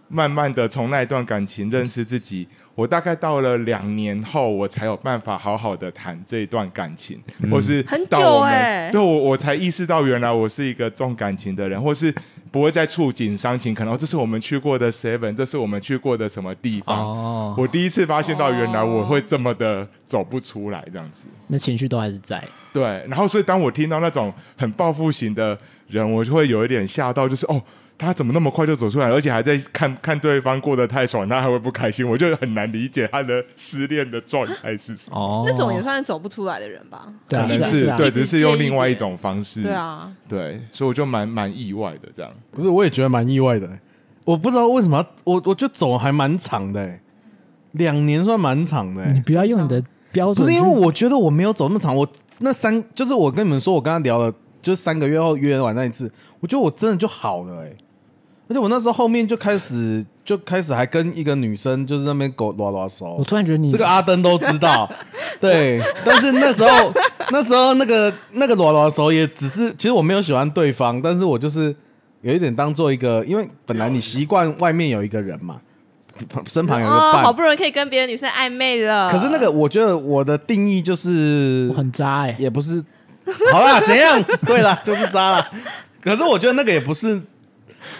E: 慢慢的从那一段感情认识自己，我大概到了两年后，我才有办法好好的谈这一段感情，或是
C: 很
E: 到我
C: 久
E: 们
C: 欸
E: 对我我才意识到原来我是一个重感情的人，或是不会再触景伤情，可能哦这是我们去过的 seven，这是我们去过的什么地方，
A: 哦，
E: 我第一次发现到原来我会这么的走不出来这样子。
A: 那情绪都还是在。
E: 对，然后所以当我听到那种很报复型的人，我就会有一点吓到，就是哦，他怎么那么快就走出来，而且还在看看对方过得太爽，他还会不开心，我就很难理解他的失恋的状态是什么。
A: 哦，
C: 那种也算是走不出来的人吧？
A: 对啊
E: 可能
A: 是啊
E: 是
A: 啊
E: 对，
C: 一直
E: 只是用
C: 介意
E: 另外一
C: 别人
E: 种方式。
C: 对，啊，
E: 对，所以我就蛮蛮意外的这样。
B: 不是，我也觉得蛮意外的欸、我不知道为什么要我我就走还蛮长的、欸，两年算蛮长的、欸。
A: 你不要用你的标
B: 不
A: 准
B: 是
A: 去，
B: 因为我觉得我没有走那么长，我那三就是我跟你们说，我跟他聊了，就是三个月后约完那一次，我觉得我真的就好了哎、而且我那时候后面就开始就开始还跟一个女生就是那边狗拉拉手
A: 我，突然觉得你
B: 这个阿登都知道，对。但是那时候那时候那个那个裸裸的时候，也只是其实我没有喜欢对方，但是我就是有一点当做一个，因为本来你习惯外面有一个人嘛，身旁有一个
C: 哦，
B: 伴。
C: 好不容易可以跟别的女生暧昧了。
B: 可是那个，我觉得我的定义就是
A: 我很渣哎、
B: 也不是， 好啦，怎样？对啦，就是渣啦。可是我觉得那个也不是，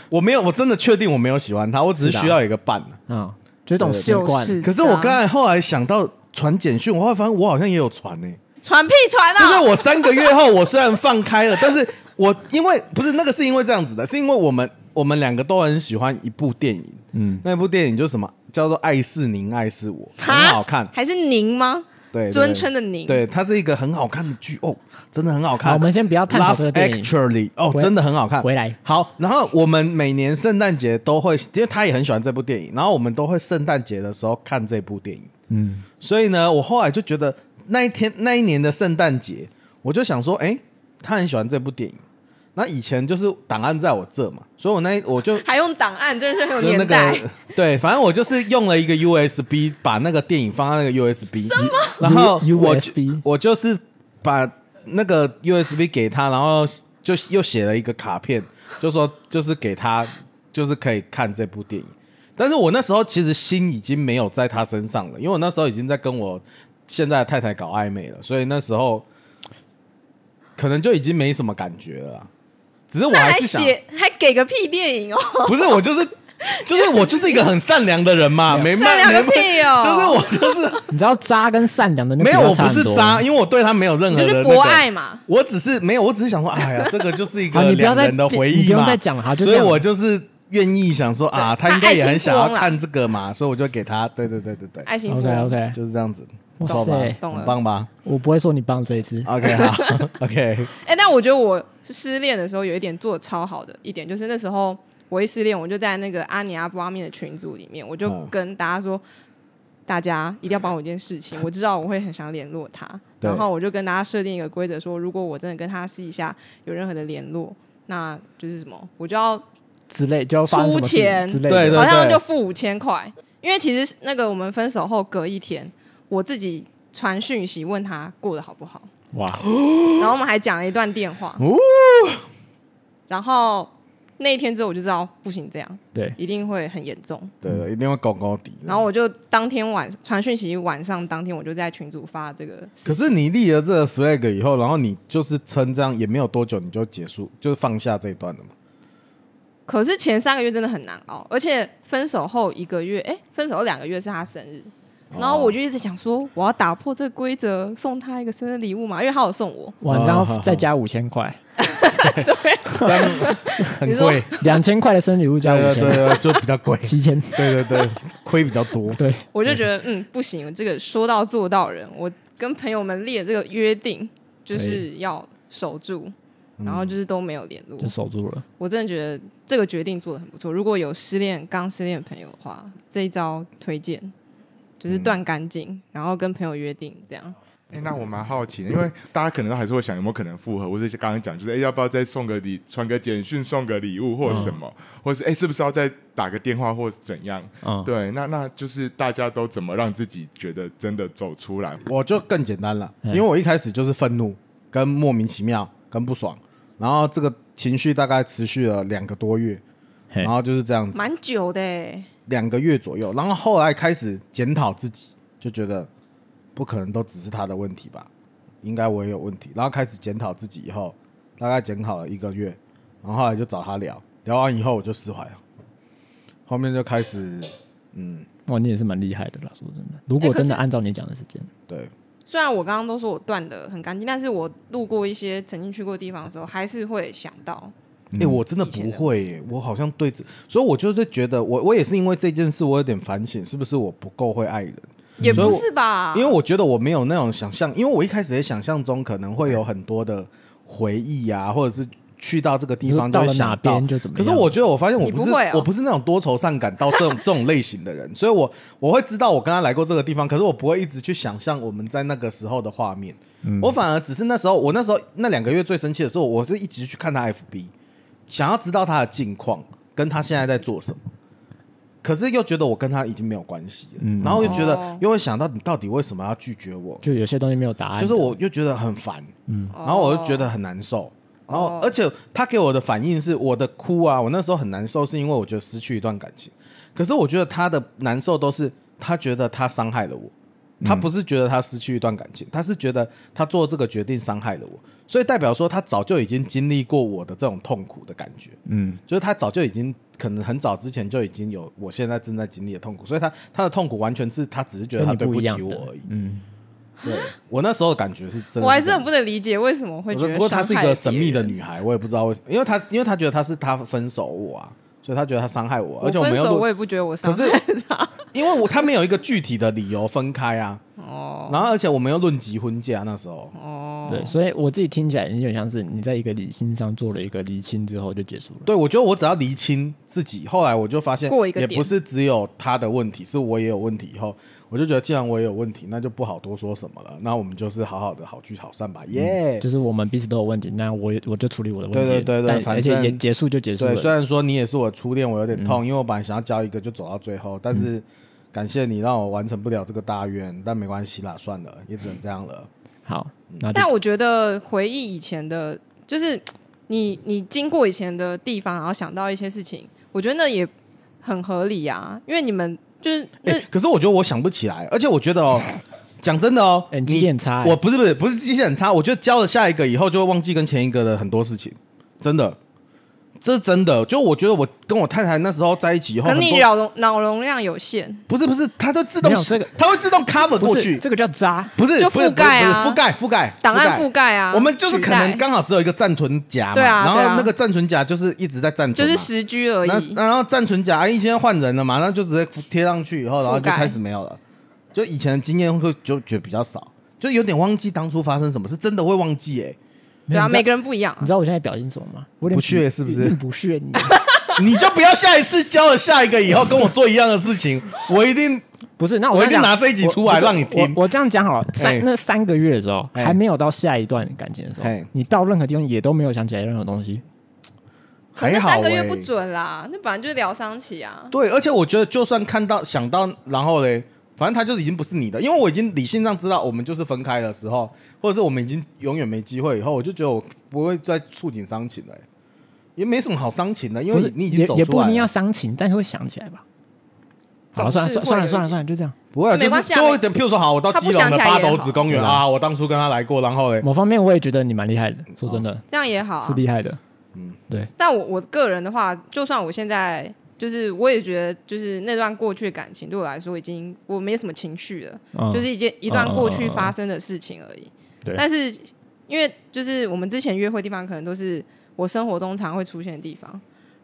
B: 我没有，我真的确定我没有喜欢他，我只是需要有一个伴。
A: 嗯，就这种习惯，
C: 就是啊
B: 可是我刚才后来想到传简讯，我后来发现我好像也有传呢、
C: 传屁传啊！
B: 就是我三个月后，我虽然放开了，但是我因为不是那个是因为这样子的，是因为我们我们两个都很喜欢一部电影，嗯，那部电影就什么叫做《爱是您，爱是我》，很
C: 哈
B: 好看，
C: 还是您吗？
B: 对，对
C: 尊称的您
B: 对，它是一个很好看的剧哦，真的很好看。
A: 好我们先不要探讨这个
B: Love
A: 电影
B: Actually，哦，
A: 回
B: 真的很好看。
A: 回来
B: 好，然后我们每年圣诞节都会，因为他也很喜欢这部电影，然后我们都会圣诞节的时候看这部电影。嗯，所以呢，我后来就觉得那一天那一年的圣诞节，我就想说，哎，他很喜欢这部电影。那以前就是档案在我这嘛，所以我那一我就
C: 还用档案，真是很有
B: 就是那
C: 年
B: 个
C: 代。
B: 对，反正我就是用了一个 USB，把那个电影放在那个 USB，然后
A: U-
B: 我
A: USB
B: 就我就是把那个 USB 给他，然后就又写了一个卡片，就说就是给他，就是可以看这部电影。但是我那时候其实心已经没有在他身上了，因为我那时候已经在跟我现在的太太搞暧昧了，所以那时候可能就已经没什么感觉了啦。只是我
C: 那还
B: 是想，
C: 写还给个屁电影哦，
B: 不是我就是就是我就是一个很善良的人 嘛，没
C: 善
B: 办
C: 良
B: 没
C: 个
B: 办
C: 屁哦！
B: 就是我就是
A: 你知道渣跟善良的那
B: 没有，
A: 比较
B: 我
A: 差
B: 不
A: 很
B: 是
A: 多
B: 渣，，因为我对他没有任何的、
C: 你就
B: 那
C: 是
B: 个
C: 博爱嘛。
B: 我只是没有，我只是想说，哎呀，这个就是一
A: 啊
B: 个
A: 你不要
B: 两
A: 再
B: 人的回忆嘛，
A: 你不用再讲了好就
B: 所以
A: 这样
B: 我就是愿意想说啊，
C: 对
B: 他应该也很想
C: 他爱
B: 要
C: 情光啦
B: 看这个嘛，所以我就给他，对对对对对，
C: 爱情
A: OK OK，
B: 就是这样子，不
A: 哇
B: 错吧
A: 塞，
C: 懂了
B: 很棒吧
A: 我不会说你棒这一次，
B: ？OK，好 ，OK，
C: 哎、但我觉得我失恋的时候有一点做的超好的一点，就是那时候我一失恋，我就在那个阿尼阿布阿面的群组里面，我就
B: 嗯
C: 跟大家说，大家一定要帮我一件事情，我知道我会很想联络他，
B: 对
C: 然后我就跟大家设定一个规则，说如果我真的跟他私底下有任何的联络，那就是什么，我就要
A: 之类就要发生什么
C: 出钱
A: 事之类
B: 对
A: 的，
C: 好像就付五千块，因为其实是那个我们分手后隔一天，我自己传讯息问他过得好不好，
A: 哇，
C: 然后我们还讲了一段电话，
B: 哦
C: 然后那一天之后我就知道不行，这样
A: 对，
C: 一定会很严重。
B: 对，一定会狗狗底。
C: 然后我就当天晚传讯息，晚上当天我就在群组发这个事，
B: 可是你立了这个 flag 以后，然后你就是撑这样也没有多久，你就结束，就是放下这一段了嘛。
C: 可是前三个月真的很难熬，而且分手后一个月，哎，分手后两个月是他生日，然后我就一直想说我要打破这个规则，送他一个生日礼物嘛，因为他有送我，
A: 晚上再加五千块，
B: 哦这 样很贵，
A: 两千块的生日礼物加五
B: 对对
A: 千，，
B: 对，就比较贵
A: 七千，
B: 对 对对， 亏比较多。
A: 对，
C: 我就觉得嗯不行，这个说到做到人，我跟朋友们列这个约定就是要守住，然后就是都没有联络，
A: 就守住了。
C: 我真的觉得这个决定做的很不错。如果有失恋刚失恋的朋友的话，这一招推荐，就是断干净，然后跟朋友约定这样。
E: 哎、那我蛮好奇的，因为大家可能都还是会想有没有可能复合，或者是刚刚讲，就是哎、要不要再送个礼，传个简讯，送个礼物或者什么，或是哎、是不是要再打个电话或是怎样？
A: 嗯
E: 对，那那就是大家都怎么让自己觉得真的走出来？
B: 我就更简单了，因为我一开始就是愤怒、跟莫名其妙、跟不爽，然后这个情绪大概持续了两个多月，
A: 嘿
B: 然后就是这样子，
C: 蛮久的欸，
B: 两个月左右，然后后来开始检讨自己，就觉得不可能都只是他的问题吧，应该我也有问题，然后开始检讨自己以后，大概检讨了一个月，然后后来就找他聊，聊完以后我就释怀了，后面就开始
A: 哇，你也是蛮厉害的啦，说真
B: 哎
A: 的。如果真的按照你讲的时间，
B: 对
C: 虽然我刚刚都说我断的很干净，但是我路过一些曾经去过的地方的时候，还是会想到。
B: 哎、我真的
C: 以前
B: 不
C: 的
B: 会、耶，我好像对这，所以我就是觉得我我也是因为这件事，我有点反省，是不是我不够会爱人？
C: 也
B: 嗯所以
C: 不
B: 我
C: 是吧？
A: 啊
B: 因为我觉得我没有那种想象，因为我一开始也想象中可能会有很多的回忆啊，或者是去到这个地方
A: 你说
B: 就
A: 到
B: 会
A: 了
B: 想
A: 哪
B: 到
A: 边就怎么
B: 可
A: 样
B: 是我觉得我发现我
C: 你
B: 不是
C: 不会哦
B: 我不是那种多愁善感到这 种这种类型的人，所以我我会知道我跟他来过这个地方，可是我不会一直去想象我们在那个时候的画面。
A: 嗯
B: 我反而只是那时候，我那时候那两个月最生气的时候，我就一直去看他 FB，想要知道他的近况，跟他现在在做什么。可是又觉得我跟他已经没有关系了，
A: 嗯
B: 然后又觉得
C: 哦
B: 又会想到你到底为什么要拒绝我，
A: 就有些东西没有答案的，嗯
B: 就是我又觉得很烦，然后我就觉得很难受。然后，而且他给我的反应是我的哭啊，我那时候很难受，是因为我觉得失去一段感情。可是我觉得他的难受都是他觉得他伤害了我，
A: 嗯
B: 他不是觉得他失去一段感情，他是觉得他做这个决定伤害了我，所以代表说他早就已经经历过我的这种痛苦的感觉。
E: 嗯，
B: 就是他早就已经可能很早之前就已经有我现在正在经历的痛苦，所以他他的痛苦完全是他只是觉得他
A: 跟
B: 对
A: 你不一
B: 起
A: 样的
B: 我而已。嗯，对我那时候的感觉是真的这样，
C: 我还是很不能理解为什么会
B: 我
C: 觉
B: 说
C: 得
B: 不过她是一
C: 伤害了
B: 个神秘的
C: 别人，
B: 女孩，我也不知道为什么，因为她因为她觉得她是她分手我啊，所以她觉得她伤害我，而且
C: 我
B: 没
C: 分
B: 有
C: 手
B: 录
C: 我也不觉得我
B: 可
C: 伤
B: 是
C: 害
B: 因为我他们有一个具体的理由分开啊，
C: 哦
B: 然后而且我们又论及婚嫁那时候，
C: 哦，
A: 对，所以我自己听起来有点像是你在一个理性上做了一个厘清之后就结束了。
B: 对我觉得我只要厘清自己，后来我就发现
C: 过一个
B: 也
C: 点
B: 不是只有她的问题，是我也有问题。以后我就觉得既然我也有问题，那就不好多说什么了，那我们就是好好的好聚好散吧，耶、
A: 就是我们彼此都有问题，那我也我就处理我的问题，
B: 对对对对
A: 但
B: 反
A: 而且
B: 正
A: 也结束就结束
B: 对，虽
A: 了。
B: 然说你也是我初恋，我有点痛，因为我本来想要交一个就走到最后，但是感谢你让我完成不了这个大愿，但没关系啦，算了，也只能这样了。
A: 好，那就
C: 但我觉得回忆以前的，就是你你经过以前的地方，然后想到一些事情，我觉得那也很合理啊，因为你们就是那、
B: 哎、可是我觉得我想不起来，而且我觉得哦，讲真的哦，
A: 哎你记性很差哎
B: 我不是不是不是记性很差，我觉得交了下一个以后就会忘记跟前一个的很多事情，真的。这是真的，就我觉得我跟我太太那时候在一起以后，
C: 可能
B: 很
C: 你
B: 多
C: 脑容脑容量有限，
B: 不是不是，它都自动
A: 没有这个
B: 它会自动 cover
A: 不
B: 过
A: 是
B: 去，
A: 这个叫渣，
B: 不是
C: 就
B: 不是
C: 覆盖啊
B: 不是覆盖覆盖
C: 档案覆盖啊，
B: 我们就是可能
C: 取代
B: 刚好只有一个暂存夹嘛，
C: 对啊
B: 然
C: 对
B: 后
C: 啊
B: 那个暂存夹就是一直在暂
C: 就
B: 存嘛，
C: 是时居而
B: 那
C: 已。啊
B: 那然后暂存夹，哎，现在换人了嘛，那就直接贴上去以后，然后就
C: 覆盖
B: 开始没有了。就以前的经验会就觉得比较少，就有点忘记当初发生什么，是真的会忘记 哎、
C: 对啊，
A: 你知道
C: 每个人不一样、
A: 你
C: 啊
A: 知。道我现在表情什么吗？我有点
B: 不屑是不是
A: 有点不屑你，
B: 你就不要下一次交了下一个以后跟我做一样的事情，我一定
A: 不是？那
B: 我
A: 这
B: 一
A: 样讲
B: 定拿这一集
A: 我
B: 出来
A: 不是
B: 让你听
A: 我我这样讲好了，
B: 哎
A: 三那三个月的时候，
B: 哎
A: 还没有到下一段感情的时候
B: 哎，
A: 你到任何地方也都没有想起来任何东西。
C: 可
B: 还
C: 能
B: 好、
C: 三
B: 欸、
C: 个月不准啦，那本来就是疗伤期啊。
B: 对，而且我觉得就算看到想到，然后嘞，反正他就是已经不是你的，因为我已经理性上知道我们就是分开的时候，或者是我们已经永远没机会以后，我就觉得我不会再触景伤情了、欸也没什么好伤情的，因
A: 不
B: 为
A: 是，
B: 你已
A: 也
B: 经走出来
A: 也
B: 了
A: 不一定要伤情，但是会想起来吧。好，
C: 总
A: 算了
C: 是会
A: 算了
C: 有
A: 算了
C: 一
A: 算了，就这样。
B: 不会啊，
C: 没
B: 就
C: 关
B: 是
C: 系啊
B: 就会等，譬如说好，我到
C: 他
B: 基
C: 不
B: 隆
C: 想
B: 的
C: 起来也
B: 八
C: 好
B: 斗子 公园
A: 对啊
B: 啊，我当初跟他来过，然后嘞，
A: 某方面我也觉得你蛮厉害的，
B: 哦
A: 说真的
C: 这样也好、
A: 是
C: 啊。
A: 厉害的。嗯，对，
C: 但我我个人的话，就算我现在就是，我也觉得就是那段过去的感情对我来说已经我没什么情绪了，
A: 嗯
C: 啊就是一件一段
A: 嗯嗯
C: 过去发生的事情而已。
A: 嗯对
C: 但是因为就是我们之前约会地方可能都是我生活中常会出现的地方，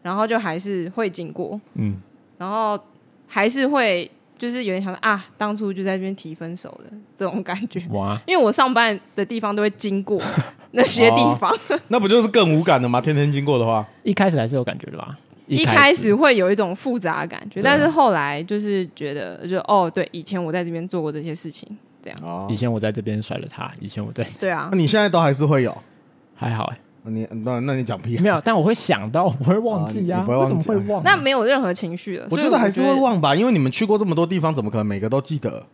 C: 然后就还是会经过，
A: 嗯，
C: 然后还是会就是有点想说啊，当初就在这边提分手的这种感觉。
A: 哇，
C: 因为我上班的地方都会经过那些
A: 哦
C: 地方，
B: 那不就是更无感的吗？天天经过的话，
A: 一开始还是有感觉的吧？
C: 一开
A: 开
C: 始会有一种复杂的感觉，
B: 啊
C: 但是后来就是觉得，就哦，对，以前我在这边做过这些事情，这样，
B: 哦
A: 以，前我在这边甩了他，以前我在
C: 对啊
B: 那，你现在都还是会有，啊
A: 还好哎、
B: 你那那你讲屁啊，
A: 没有，但我会想到，我会忘记呀、
B: 啊你你不会
A: 为
B: 忘
A: 什
B: 记
A: 么会忘？
C: 那没有任何情绪了。
B: 我
C: 所以
B: 觉得还是会，忘吧，因为你们去过这么多地方，怎么可能每个都记得？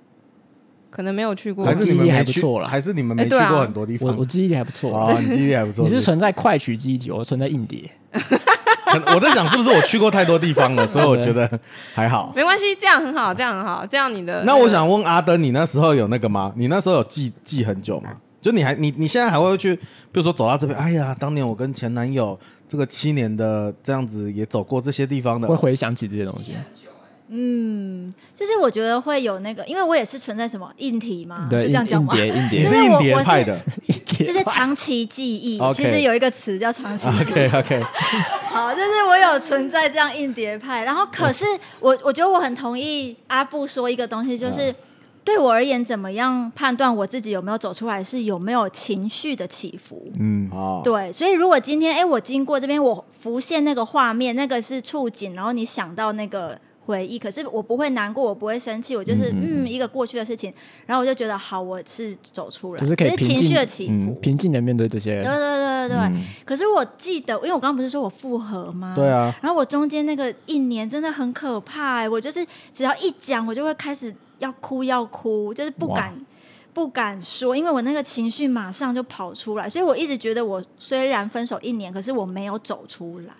C: 可能没有去过
B: 还
A: 我
B: 是
A: 记
B: 你
A: 忆
B: 们没
A: 还不
B: 去
A: 错啦
B: 还是你们没
C: 哎
B: 去
C: 对啊
B: 过很多地方？
A: 我我记忆力还不 错、
B: 哦，你记忆力还不错。
A: 你是
B: 是
A: 存在快取记忆体，我存在硬碟。
B: 不是可能我在想是不是我去过太多地方了，所以我觉得还好。
C: 没关系，这样很好，这样很好，这样你的
B: 那
C: 个
B: 我想问阿登，你那时候有那个吗？你那时候有记记很久吗？就你还你你现在还会去，比如说走到这边，哎呀，当年我跟前男友这个七年的这样子也走过这些地方的
A: 会，回想起这些东西。
D: 就是我觉得会有那个，因为我也是存在什么硬体嘛，
A: 对，
D: 是这样
A: 硬
D: 讲
A: 硬
D: 吗？
A: 碟硬
B: 你
A: 碟
B: 是
D: 因为
B: 硬
D: 我
B: 碟
D: 我是
B: 派的。
A: 硬碟，
D: 就是长期记忆
B: OK
D: 其实有一个词叫长期 记忆。
B: OK OK，
D: 好，就是我有存在这样硬碟派，然后可是我我觉得我很同意阿布说一个东西，
B: 嗯
D: 就是对我而言，怎么样判断我自己有没有走出来，是有没有情绪的起伏。
A: 嗯，
B: 哦，
D: 对，所以如果今天哎，我经过这边，我浮现那个画面，那个是触景，然后你想到那个回忆，可是我不会难过，我不会生气，我就是嗯一个过去的事情，然后我就觉得好，我是走出来，
A: 就是可以平
D: 情绪
A: 静
D: 的起
A: 嗯
D: 伏。
A: 平静嗯的面对这些
D: 对对。对对对，可是我记得，因为我刚刚不是说我复合吗？
B: 对啊，
D: 然后我中间那个一年真的很可怕、欸，我就是只要一讲，我就会开始要哭要哭，就是不敢不敢说，因为我那个情绪马上就跑出来，所以我一直觉得我虽然分手一年，可是我没有走出来。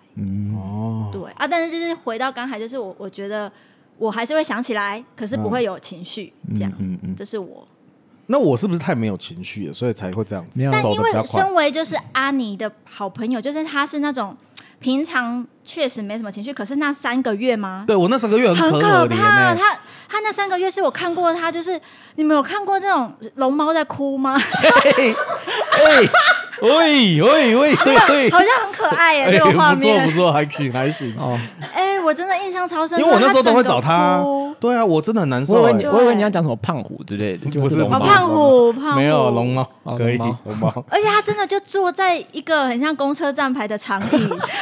B: 哦，
D: 对啊，但是就是回到刚才，就是我我觉得我还是会想起来，可是不会有情绪，这样，
B: 嗯嗯。
D: 这是我。
B: 那我是不是太没有情绪了，所以才会这样子
A: 没有？
D: 但
B: 走
D: 因
B: 的比较
D: 为
B: 快
D: 身。为就是阿尼的好朋友，就是他是那种平常确实没什么情绪，可是那三个月吗？
B: 对我那三个月
D: 很
B: 可
D: 可
B: 怜欸
D: 怕。
B: 呢，
D: 他他那三个月是我看过他，就是你们有看过这种龙猫在哭吗？
B: 嘿，哎，喂喂喂喂
D: 好像很可爱耶，
B: 喂，
D: 这个画
B: 哎不错不
D: 面。
B: 错，还行还行。
A: 哦，
D: 哎，我真的印象超深
B: 因
D: 刻，
B: 为我那时候都会找
D: 他
B: 他
D: 整个哭。，
B: 对啊，我真的很难
A: 我
B: 受
A: 以为
B: 欸
A: 你，。我以为你要讲什么胖虎之类的，就
B: 不是
A: 龙
B: 不
D: 哦，
B: 是
A: 猫
D: 胖虎，胖虎
B: 没有龙。猫
A: 哦，
B: 可以
A: 龙猫
B: 龙猫。
D: 而且他真的就坐在一个很像公车站牌的长 椅，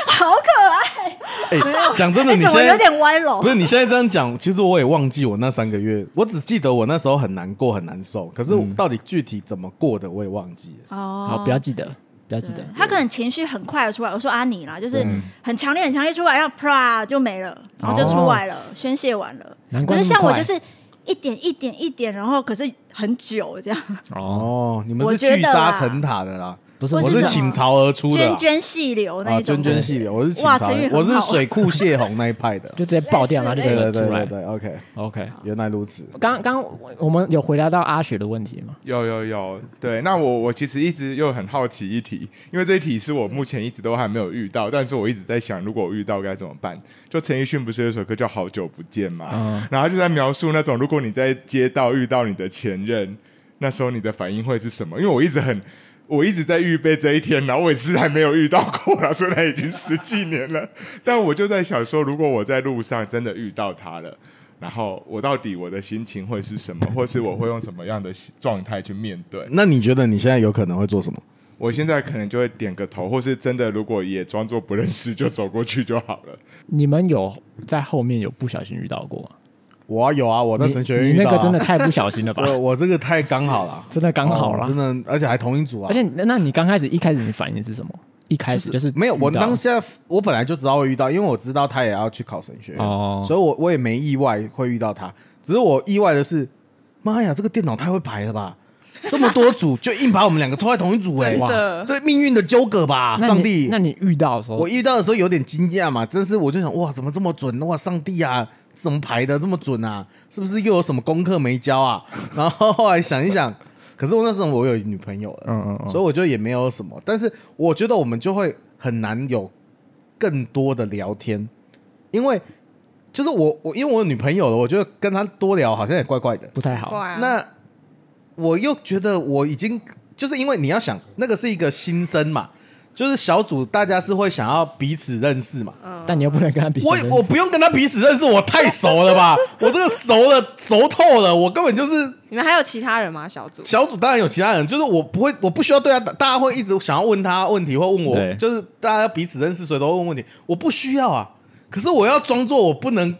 D: 好可爱。
B: 哎，讲真的，
D: 哎
B: 你
D: 怎
B: 现
D: 么
B: 在
D: 有点歪楼
B: 不？是你现在这样讲，其实我也忘记我那三个月，我只记得我那时候很难过很难受，可是我到底具体怎么过的我也忘记了。
D: 哦
A: 好，不要记得，不要记得。
D: 他可能情绪很快的出来，我说阿尼啦，就是
B: 嗯
D: 很强烈、很强烈出来，然后啪就没了，
B: 哦
D: 然后就出来了，宣泄完了。
A: 难
D: 可
A: 怪那
D: 是
A: 么
D: 像我
A: 快
D: 就是一点一点一点，然后可是很久这样，
A: 哦，
B: 哦，你们
D: 我
B: 是
D: 觉得
B: 聚沙
D: 啦
B: 成塔的啦，
A: 不是
D: 我
B: 我
D: 是
B: 是
D: 什么
B: 倾巢而出的啦
D: 涓涓细流那
B: 啊，
D: 一种。
B: 涓涓细流，我是倾
D: 哇
B: 巢
D: 成语
B: 而，
D: 很好
B: 我是水库泄洪那一派的。
A: 就直接爆掉，然后就直
B: 对对
A: 接
B: 对
A: 出
B: 对
A: 来。
B: 对，OK，
A: OK，
B: 原来如此。
A: 刚刚我我们有回答到阿雪的问题吗？
E: 有有有，对，那我我其实一直又很好奇一题，因为这一题是我目前一直都还没有遇到，但是我一直在想，如果我遇到该怎么办？就陈奕迅不是有一首歌叫《好久不见》嘛，然后他就在描述那种如果你在街道遇到你的前任，那时候你的反应会是什么？因为我一直很。我一直在预备这一天，然后我也是还没有遇到过啦，虽然已经十几年了， 但我就在想说，如果我在路上真的遇到他了，然后我到底我的心情会是什么， 或是我会用什么样的状态去面对？
B: 那你觉得你现在有可能会做什么？
E: 我现在可能就会点个头，或是真的如果也装作不认识就走过去就好了。
A: 你们有在后面有不小心遇到过吗？
B: 我啊有啊，我在神学
A: 你
B: 院
A: 你
B: 遇
A: 那
B: 到啊呃
A: 个真的，太不小心了吧？
B: 我我这个太刚好了，
A: 真的刚好
B: 哦
A: 啦
B: 真的，而且还同一组啊，
A: 而且那那你刚开始一开始你反应是什么？一开始就是
B: 没有，我
A: 遇到
B: 当下我本来就知道会遇到，因为我知道他也要去考神学院，
A: 哦
B: 所以我我也没意外会遇到他。只是我意外的是，妈呀，这个电脑太会排了吧！这么多组就硬把我们两个抽在同一组哎、
C: 真
B: 哇
C: 的，
B: 这命运的纠葛吧，
A: 那你
B: 啊上帝！
A: 那你遇到的时候，
B: 我遇到的时候有点惊讶嘛，但是我就想哇，怎么这么准？哇，上帝啊，怎么排的这么准啊？是不是又有什么功课没 交啊？然后后来想一想，可是我那时候我有女朋友了，
A: 嗯嗯嗯，
B: 所以我觉得也没有什么。但是我觉得我们就会很难有更多的聊天，因为就是我我因为我有女朋友了，我觉得跟她多聊好像也怪怪的。
A: 不太好。
C: 哇
B: 那我又觉得我已经就是因为你要想那个是一个新生嘛，就是小组大家是会想要彼此认识嘛。
A: 但你又不能跟他比这
B: 我
A: 个人，
B: 我不用跟他彼此认识，我太熟了吧？ 我这个熟了熟透了，我根本就是
C: 你们还有其他人吗？小组
B: 小组当然有其他人，就是我不会，我不需要对他，大家会一直想要问他问题或问我
A: 对，
B: 就是大家彼此认识，谁都会问问题，我不需要啊。可是我要装作我不能，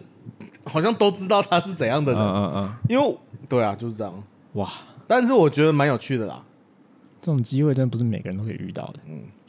B: 好像都知道他是怎样
A: 嗯
B: 的人，
A: 嗯嗯，
B: 因为我对啊，就是这样。
A: 哇，
B: 但是我觉得蛮有趣的啦，
A: 这种机会真的不是每个人都可以遇到的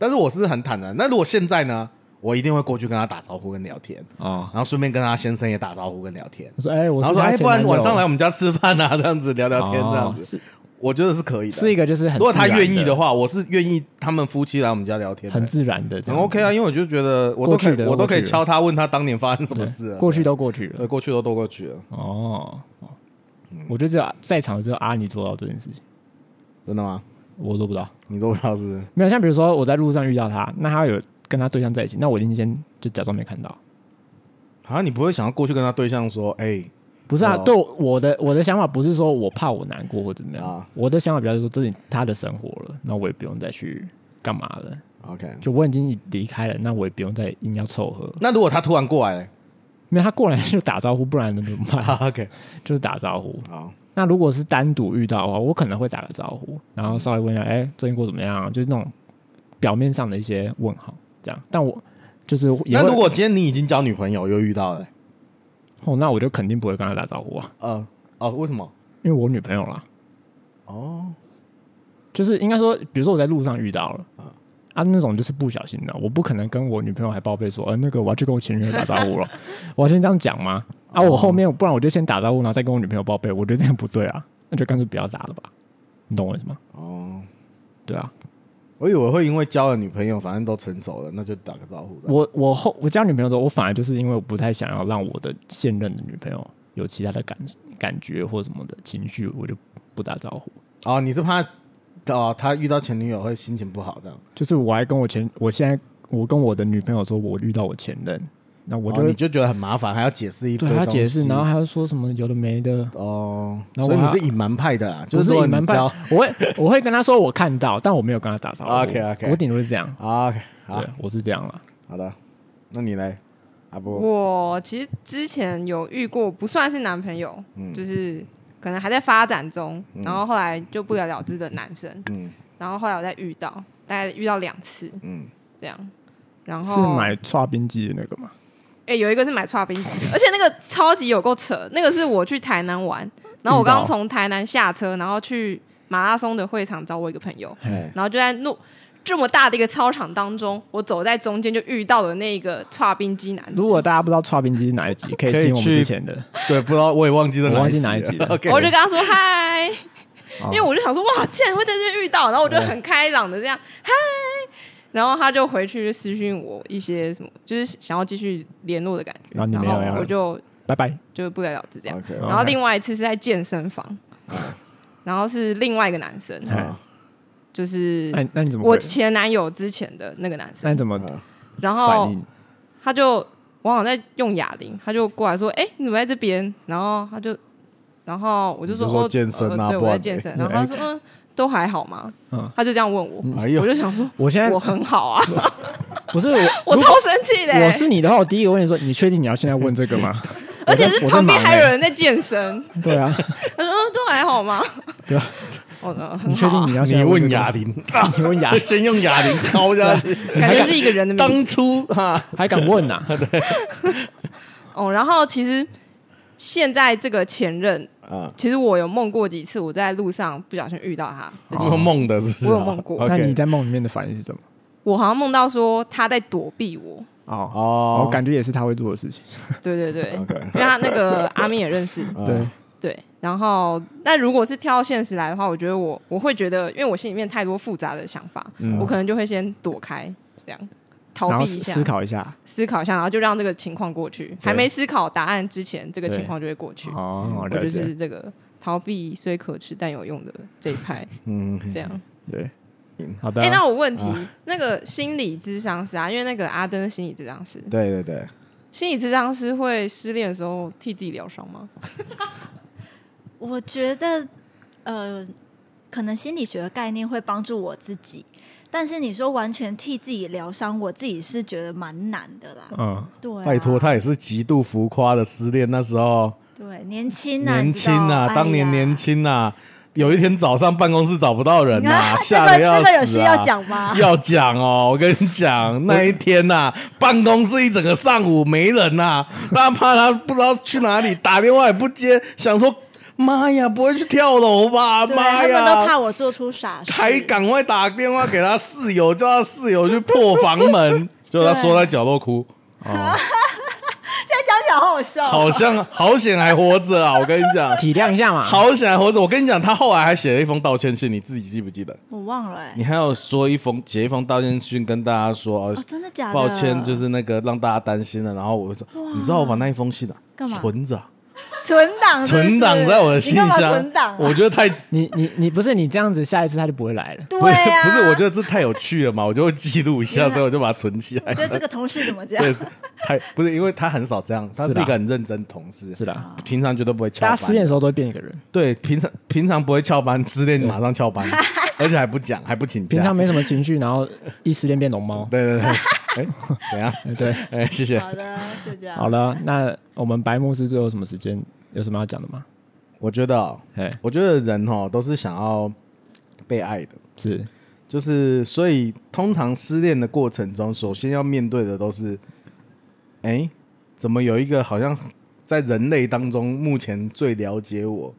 B: 但是我是很坦然。那如果现在呢，我一定会过去跟他打招呼跟聊天，
A: 哦。
B: 然后顺便跟他先生也打招呼跟聊天。
A: 我说哎，我
B: 然
A: 是
B: 后说，
A: 他
B: 哎，
A: 前
B: 不然
A: 男友
B: 晚上来我们家吃饭啊，这样子聊聊天，这样
A: 哦
B: 子，
A: 是
B: 我觉得是可以的。
A: 是一个就是很
B: 如果他
A: 自然
B: 愿意的，话，我是愿意他们夫妻来我们家聊天的，
A: 很自然的这
B: 很
A: 样子，
B: OK 啊，因为我就觉得我都可
A: 过去
B: 以，
A: 的
B: 我都可
A: 过
B: 以
A: 去的
B: 敲他问他当年发生什么
A: 对
B: 事了，呃
A: 过去都过去了
B: 对。过去都都过去了，
A: 哦，
B: 嗯
A: 我觉得只有在场的只有阿尼做到这件事情，
B: 真的吗？
A: 我做不到。
B: 你做不到是不是？
A: 没有像比如说我在路上遇到他，那他有跟他对象在一起，那我一定先就假装没看到。
B: 啊，你不会想要过去跟他对象说，哎，
A: 不是啊，
B: 哦
A: 对我我的我的想法不是说我怕我难过或怎么样，
B: 啊
A: 我的想法比较是说这是他的生活了，那我也不用再去干嘛了，
B: OK，
A: 就我已经离开了，那我也不用再硬要凑合。
B: 那如果他突然 过来
A: 没有他过来就打招呼，不然能怎么办？
B: 呢，OK，
A: 就是打招呼。
B: 好，
A: 那如果是单独遇到的话，我可能会打个招呼，然后稍微问一下，哎、最近过得怎么样？就是那种表面上的一些问号，这样。但我就是也
B: 那
A: 会
B: 如果今天你已经交女朋友又遇到了，
A: 哦，那我就肯定不会跟他打招呼啊，
B: 呃，哦，为什么？
A: 因为我女朋友啦。
B: 哦，
A: 就是应该说，比如说我在路上遇到了。啊，那种就是不小心的，我不可能跟我女朋友还报备说，呃，那个我要去跟我前女友打招呼了，我要先这样讲吗？啊，我后面不然我就先打招呼，然后再跟我女朋友报备，我觉得这样不对啊，那就干脆不要打了吧，你懂我意思吗？
B: 哦，
A: 对啊，
B: 我以为会因为交了女朋友，反正都成熟了，那就打个招呼的。
A: 我我后我交女朋友之后，我反而就是因为我不太想要让我的现任的女朋友有其他的感感觉或什么的情绪，我就不打招呼。
B: 哦，你是怕哦，他遇到前女友会心情不好这样？
A: 就是我还跟我前，我现在我跟我的女朋友说，我遇到我前任，那我就
B: 哦
A: 会、
B: 你就觉得很麻烦，还要解释一堆
A: 对
B: 东西。
A: 他解释，然后还要说什么有的没的，
B: 哦，
A: 然后
B: 所以
A: 我
B: 你
A: 还
B: 是隐瞒派的啦，啊就
A: 不是
B: 说
A: 隐瞒派，我会 我会跟他说我看到，但我没有跟他打招 呼。
B: OK，OK
A: 我顶多是这样，
B: 啊，OK，好
A: 对，我是这样了。
B: 好的，那你来，阿波，
C: 我其实之前有遇过，不算是男朋友，
B: 嗯
C: 就是可能还在发展中，然后后来就不了了之的男生，
B: 嗯
C: 然后后来我再遇到，大概遇到两次
B: 嗯，
C: 这样。然后
A: 是买刨冰机的那个吗？
C: 哎、有一个是买刨冰机的，而且那个超级有够扯。那个是我去台南玩，然后我
A: 遇到
C: 刚从台南下车，然后去马拉松的会场找我一个朋友，
B: 嘿，
C: 然后就在路这么大的一个操场当中，我走在中间就遇到了那个刨冰机男。
A: 如果大家不知道刨冰机是哪一集，可以
B: 可以
A: 听我们
B: 去
A: 之前的。
B: 对，不知道我也忘记了，
A: 我忘记哪一集了
B: OK，
C: 我就跟他说嗨，
A: 哦
C: 因为我就想说哇，竟然会在这边遇到，然后我就很开朗的这样嗨，然后他就回去私讯我一些什么，就是想要继续联络的感觉，
A: 然后你没有哦要
C: 我就
A: 拜拜，
C: 就不了了之这样。
B: OK，
A: 好
C: 然后另外一次是在健身房，然后是另外一个男生，
A: 哎
C: 就是
A: 那那你怎么回？
C: 我前男友之前的那个男
A: 那
C: 生
A: 你，怎么
C: 然
A: 反
C: 后
A: 应？
C: 他就我好像在用哑铃，他就过来说：“哎、你怎么在这边？”然后他就，然后我就说：“
B: 你就说
C: 哦
B: 健身啊
C: 呃、对，
B: 不
C: 我
B: 然
C: 在
B: 嘞
C: 健身。”然后他说：“嗯，都还好吗？”
A: 哎嗯
C: 他就这样问我，
B: 哎呦
C: 我就想说
A: 我现在
C: 我很好啊，
A: 不是我，
C: 我
A: 如
C: 超生气的、欸
A: 我是你的话，我第一个问你说，你确定你要现在问这个吗？
C: 而且是
A: 我在
C: 旁边
A: 忙欸
C: 还有人在健身。
A: 对啊，
C: 他说：“嗯，都还好吗？”
A: 对啊，
C: 我说：“
A: 你
C: 很
A: 确
C: 好、
A: 定
C: 啊
A: 你。要现
B: 你
A: 在
B: 问
A: 这个吗啊
B: 哑？铃， 啊
A: 你问哑，
B: 先用哑铃敲 下去，”
C: 感觉是一个人的名字。
B: 当初哈，
A: 还敢问啊呐？
C: 哦，然后其实现在这个前任，
A: 嗯
B: 啊，
C: 其实我有梦过几次，我在路上不小心遇到他，
B: 做梦的是不是？啊
C: 我有梦过
B: OK
A: 那你在哦梦里面的反应是什么？
C: 我好像梦到说他在躲避我。
A: 哦，
B: 哦，
A: 我感觉也是他会做的事情。
C: 对 对对，因为他那个阿咪也认识，
A: 对，
C: 对。然后，但如果是跳到现实来的话，我觉得我我会觉得，因为我心里面太多复杂的想法，我可能就会先躲开，这样逃
A: 嗯然
C: 避
A: 后
C: 一
A: 思
C: 下，
A: 思考一下。
C: 思考一下，然后就让这个情况过去。还没思考答案之前，这个
A: 对
C: 情况就会过去。
A: 哦，
C: 我
A: 了
C: 就
A: 解。
C: 是这个逃避虽可耻但有用的这一派，
B: 嗯，啊
C: 这样。
A: 对，好的。
C: 哎、那我问题，那个心理智商师啊，因为那个阿登是心理智商师，
B: 对对对，
C: 心理智商师会失恋的时候替自己疗伤吗？
D: 我觉得，呃，可能心理学的概念会帮助我自己，但是你说完全替自己疗伤，我自己是觉得蛮难的啦。
A: 嗯，
D: 对啊、
B: 拜托，他也是极度浮夸的失恋，那时候
D: 对年轻啊，
B: 年
D: 你知道
B: 轻啊，当年年。轻啊，有一天早上办公室找不到 人
D: 哎呀
B: 啊，
D: 这
B: 吓
D: 个
B: 得要
D: 这
B: 死
D: 个
B: 啊！
D: 有需要讲吗？
B: 要讲哦，我跟你 讲，那一天呐、办公室一整个上午没人呐、他怕他不知道去哪里，打电话也不接，想说妈呀，不会去跳楼吧？
D: 对，
B: 妈
D: 他们都怕
B: 呀！
D: 我做出傻事。
B: 还赶快打电话给他室友，叫他室友去破房 门，就他缩在角落哭，
D: 现在讲起来好好笑哦。
B: 好像好险还活着啊！我跟你讲，
A: 体谅一下嘛。，
B: 好险还活着。我跟你讲，他后来还写了一封道歉信，你自己记不记得？
D: 我忘了哎、
B: 你还有说一封写一封道歉信跟大家说，哦
D: 哦，真的假的？
B: 抱歉，就是那个让大家担心了。然后我就说，你知道我把那一封信啊
D: 干嘛
B: 存着啊，
D: 存档是不是，
B: 存档在我的信
D: 啊你干嘛
B: 箱
D: 存档、啊。。
B: 我觉得太
A: 你你你不是你这样子，下一次他就不会来了。
D: 对
B: 不是
D: 啊，
B: 不是，我觉得这太有趣了嘛，我就会记录一下，
D: 原来
B: 所以我就把它存起来
D: 我。觉得这个同事怎么这
B: 对
D: 样？，
B: 太不是，因为他很少这样，他是
A: 是啦
B: 一个很认真的同事，
A: 是啦，
B: 平常绝对不会翘
A: 大家
B: 班。
A: 失恋的时候都会变一个人，
B: 对，平常平常不会翘班，失恋马上翘班，而且还不讲，还不请假。
A: 平常没什么情绪，然后一失恋变龙猫。
B: 对 对对，哎，怎样？
A: 对，
B: 哎，谢谢。
D: 好的，就
C: 啊
D: 这样。
A: 好了，那我们白牧师最后什么时间有什么要讲的吗？
B: 我觉得哦，
A: 哎，
B: 我觉得人哦都是想要被爱的，
A: 是
B: 就是所以通常失恋的过程中，首先要面对的都是，哎，怎么有一个好像在人类当中目前最了解我，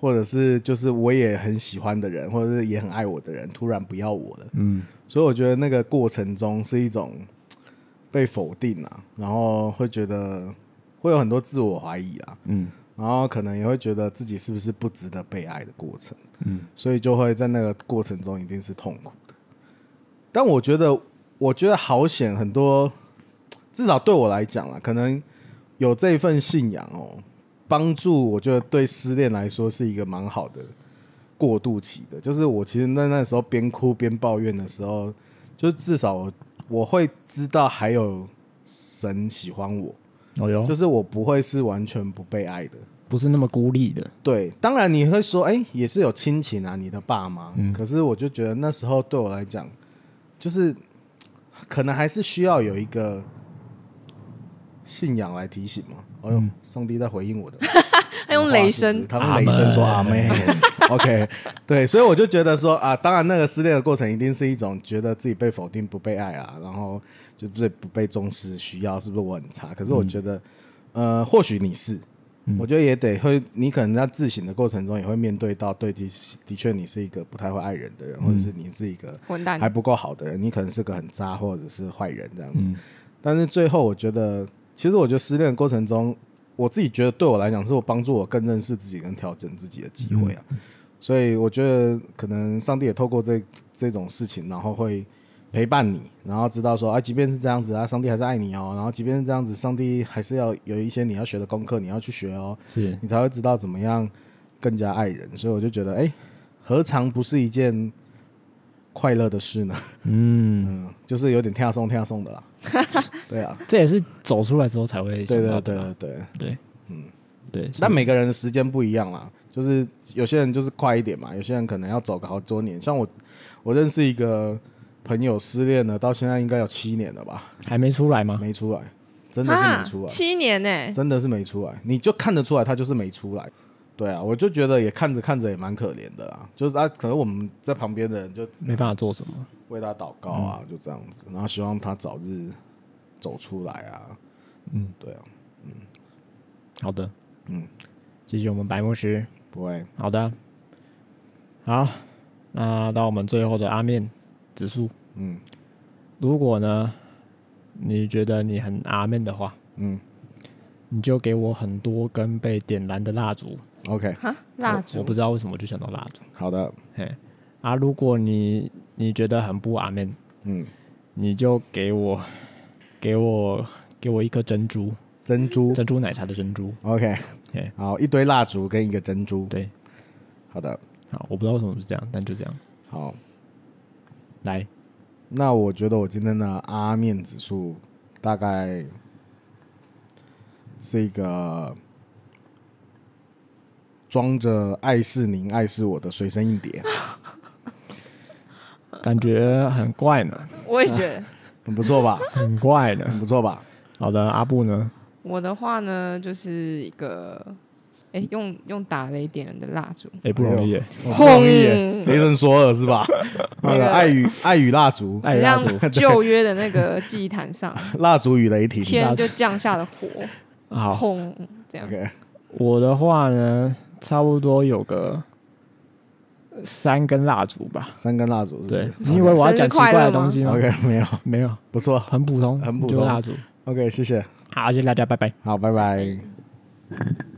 B: 或者是就是我也很喜欢的人，或者是也很爱我的人，突然不要我了。嗯，所以我觉得那个过程中是一种被否定啊，然后会觉得会有很多自我怀疑啊，嗯，然后可能也会觉得自己是不是不值得被爱的过程，嗯，所以就会在那个过程中一定是痛苦的。但我觉得，我觉得好险，很多至少对我来讲啊啦，可能有这一份信仰哦，帮助我觉得对失恋来说是一个蛮好的过渡期的。就是我其实那那时候边哭边抱怨的时候，就至少我我会知道还有神喜欢我，
A: 哦哟，
B: 就是我不会是完全不被爱的。
A: 不是那么孤立的，
B: 对，当然你会说，哎、也是有亲情啊，你的爸妈。可是我就觉得那时候对我来讲，就是可能还是需要有一个信仰来提醒嘛。哎呦，上帝在回应我的话，
C: 他用雷
B: 是不
C: 声
B: 是，他用雷声说阿妹。OK，对，所以我就觉得说啊，当然那个失恋的过程一定是一种觉得自己被否定、不被爱啊，然后就对不被重视、需要，是不是我很差？可是我觉得，呃，或许你是，我觉得也得会，你可能在自省的过程中也会面对到，对的的确你是一个不太会爱人的人，或者是你是一个
C: 混蛋
B: 还不够好的人，你可能是个很渣或者是坏人这样子。但是最后我觉得，其实我觉得失恋的过程中，我自己觉得对我来讲，是我帮助我更认识自己跟调整自己的机会啊。所以我觉得可能上帝也透过这这种事情，然后会陪伴你，然后知道说啊，即便是这样子啊，上帝还是爱你哦。然后即便是这样子，上帝还是要有一些你要学的功课，你要去学哦，
A: 是
B: 你才会知道怎么样更加爱人。所以我就觉得，哎，何尝不是一件快乐的事呢？嗯就是有点跳送跳送 的啦。对啊，
A: 这也是走出来之后才会
B: 对
A: 想
B: 对
A: 到
B: 对
A: 的
B: 对
A: 吧，
B: 对。
A: 对，嗯，对，
B: 但每个人的时间不一样啦，就是有些人就是快一点嘛，有些人可能要走个好多年。像我，我认识一个朋友失恋了，到现在应该有七年了吧，
A: 还没出来吗？
B: 没出来，真的是
C: 啊
B: 没出，来，
C: 七年呢，
B: 真的是没出来，你就看得出来他就是没出来。对啊，我就觉得也看着看着也蛮可怜的啦，就是啊，可能我们在旁边的人就只
A: 没办法做什么，
B: 为他祷告啊，就这样子，然后希望他早日走出来啊。嗯，对啊，
A: 好的，
B: 嗯，
A: 谢谢我们白牧师，
B: 不会，
A: 好的，好，那到我们最后的阿面指数，
B: 嗯
A: 如果呢，你觉得你很阿面的话，
B: 嗯
A: 你就给我很多根被点燃的蜡烛。
B: ，OK，
C: 哈，蜡
A: 我
C: 烛
A: 不知道为什么我就想到蜡烛。
B: 好的，
A: 嘿，啊，如果你你觉得很不阿面，
B: 嗯，
A: 你就给我给我给我一颗珍珠，
B: 珍珠，
A: 珍珠奶茶的珍珠。
B: OK，
A: 嘿
B: 好，一堆蜡烛跟一个珍珠。
A: 对，
B: 好的，
A: 好，啊我不知道为什么是这样，但就这样。
B: 好，
A: 来，
B: 那我觉得我今天的阿面指数大概是一个装着爱是您爱是我的随身硬碟，
A: 感觉很怪呢，
C: 我也觉得。
B: 很不错吧？
A: 很怪
B: 很
A: 呢。
B: 不错吧？
A: 好的，阿布呢？
C: 我的话呢，就是一个，哎、用用打雷点人的蜡烛，
A: 哎、不容易耶，
B: 不容易耶，雷神索尔是吧？那个爱与爱与蜡烛，
A: 爱
C: 很
A: 蜡
C: 像
A: 烛
C: 旧约的那个祭坛上，
B: 蜡烛与雷霆。
C: 天就降下了 火，
A: 好。
C: 轰，这样
B: OK，
A: 我的话呢，差不多有个三根蜡烛吧。
B: 三根蜡烛是不
A: 对
B: 是，
A: 你以为我要讲奇怪的东西吗？
B: OK 没有，
A: 没有，
B: 不错
A: 很普通，
B: 很普通
A: 就是蜡烛。
B: ，OK 谢谢，
A: 好，谢谢大家，拜拜。
B: 好，拜拜。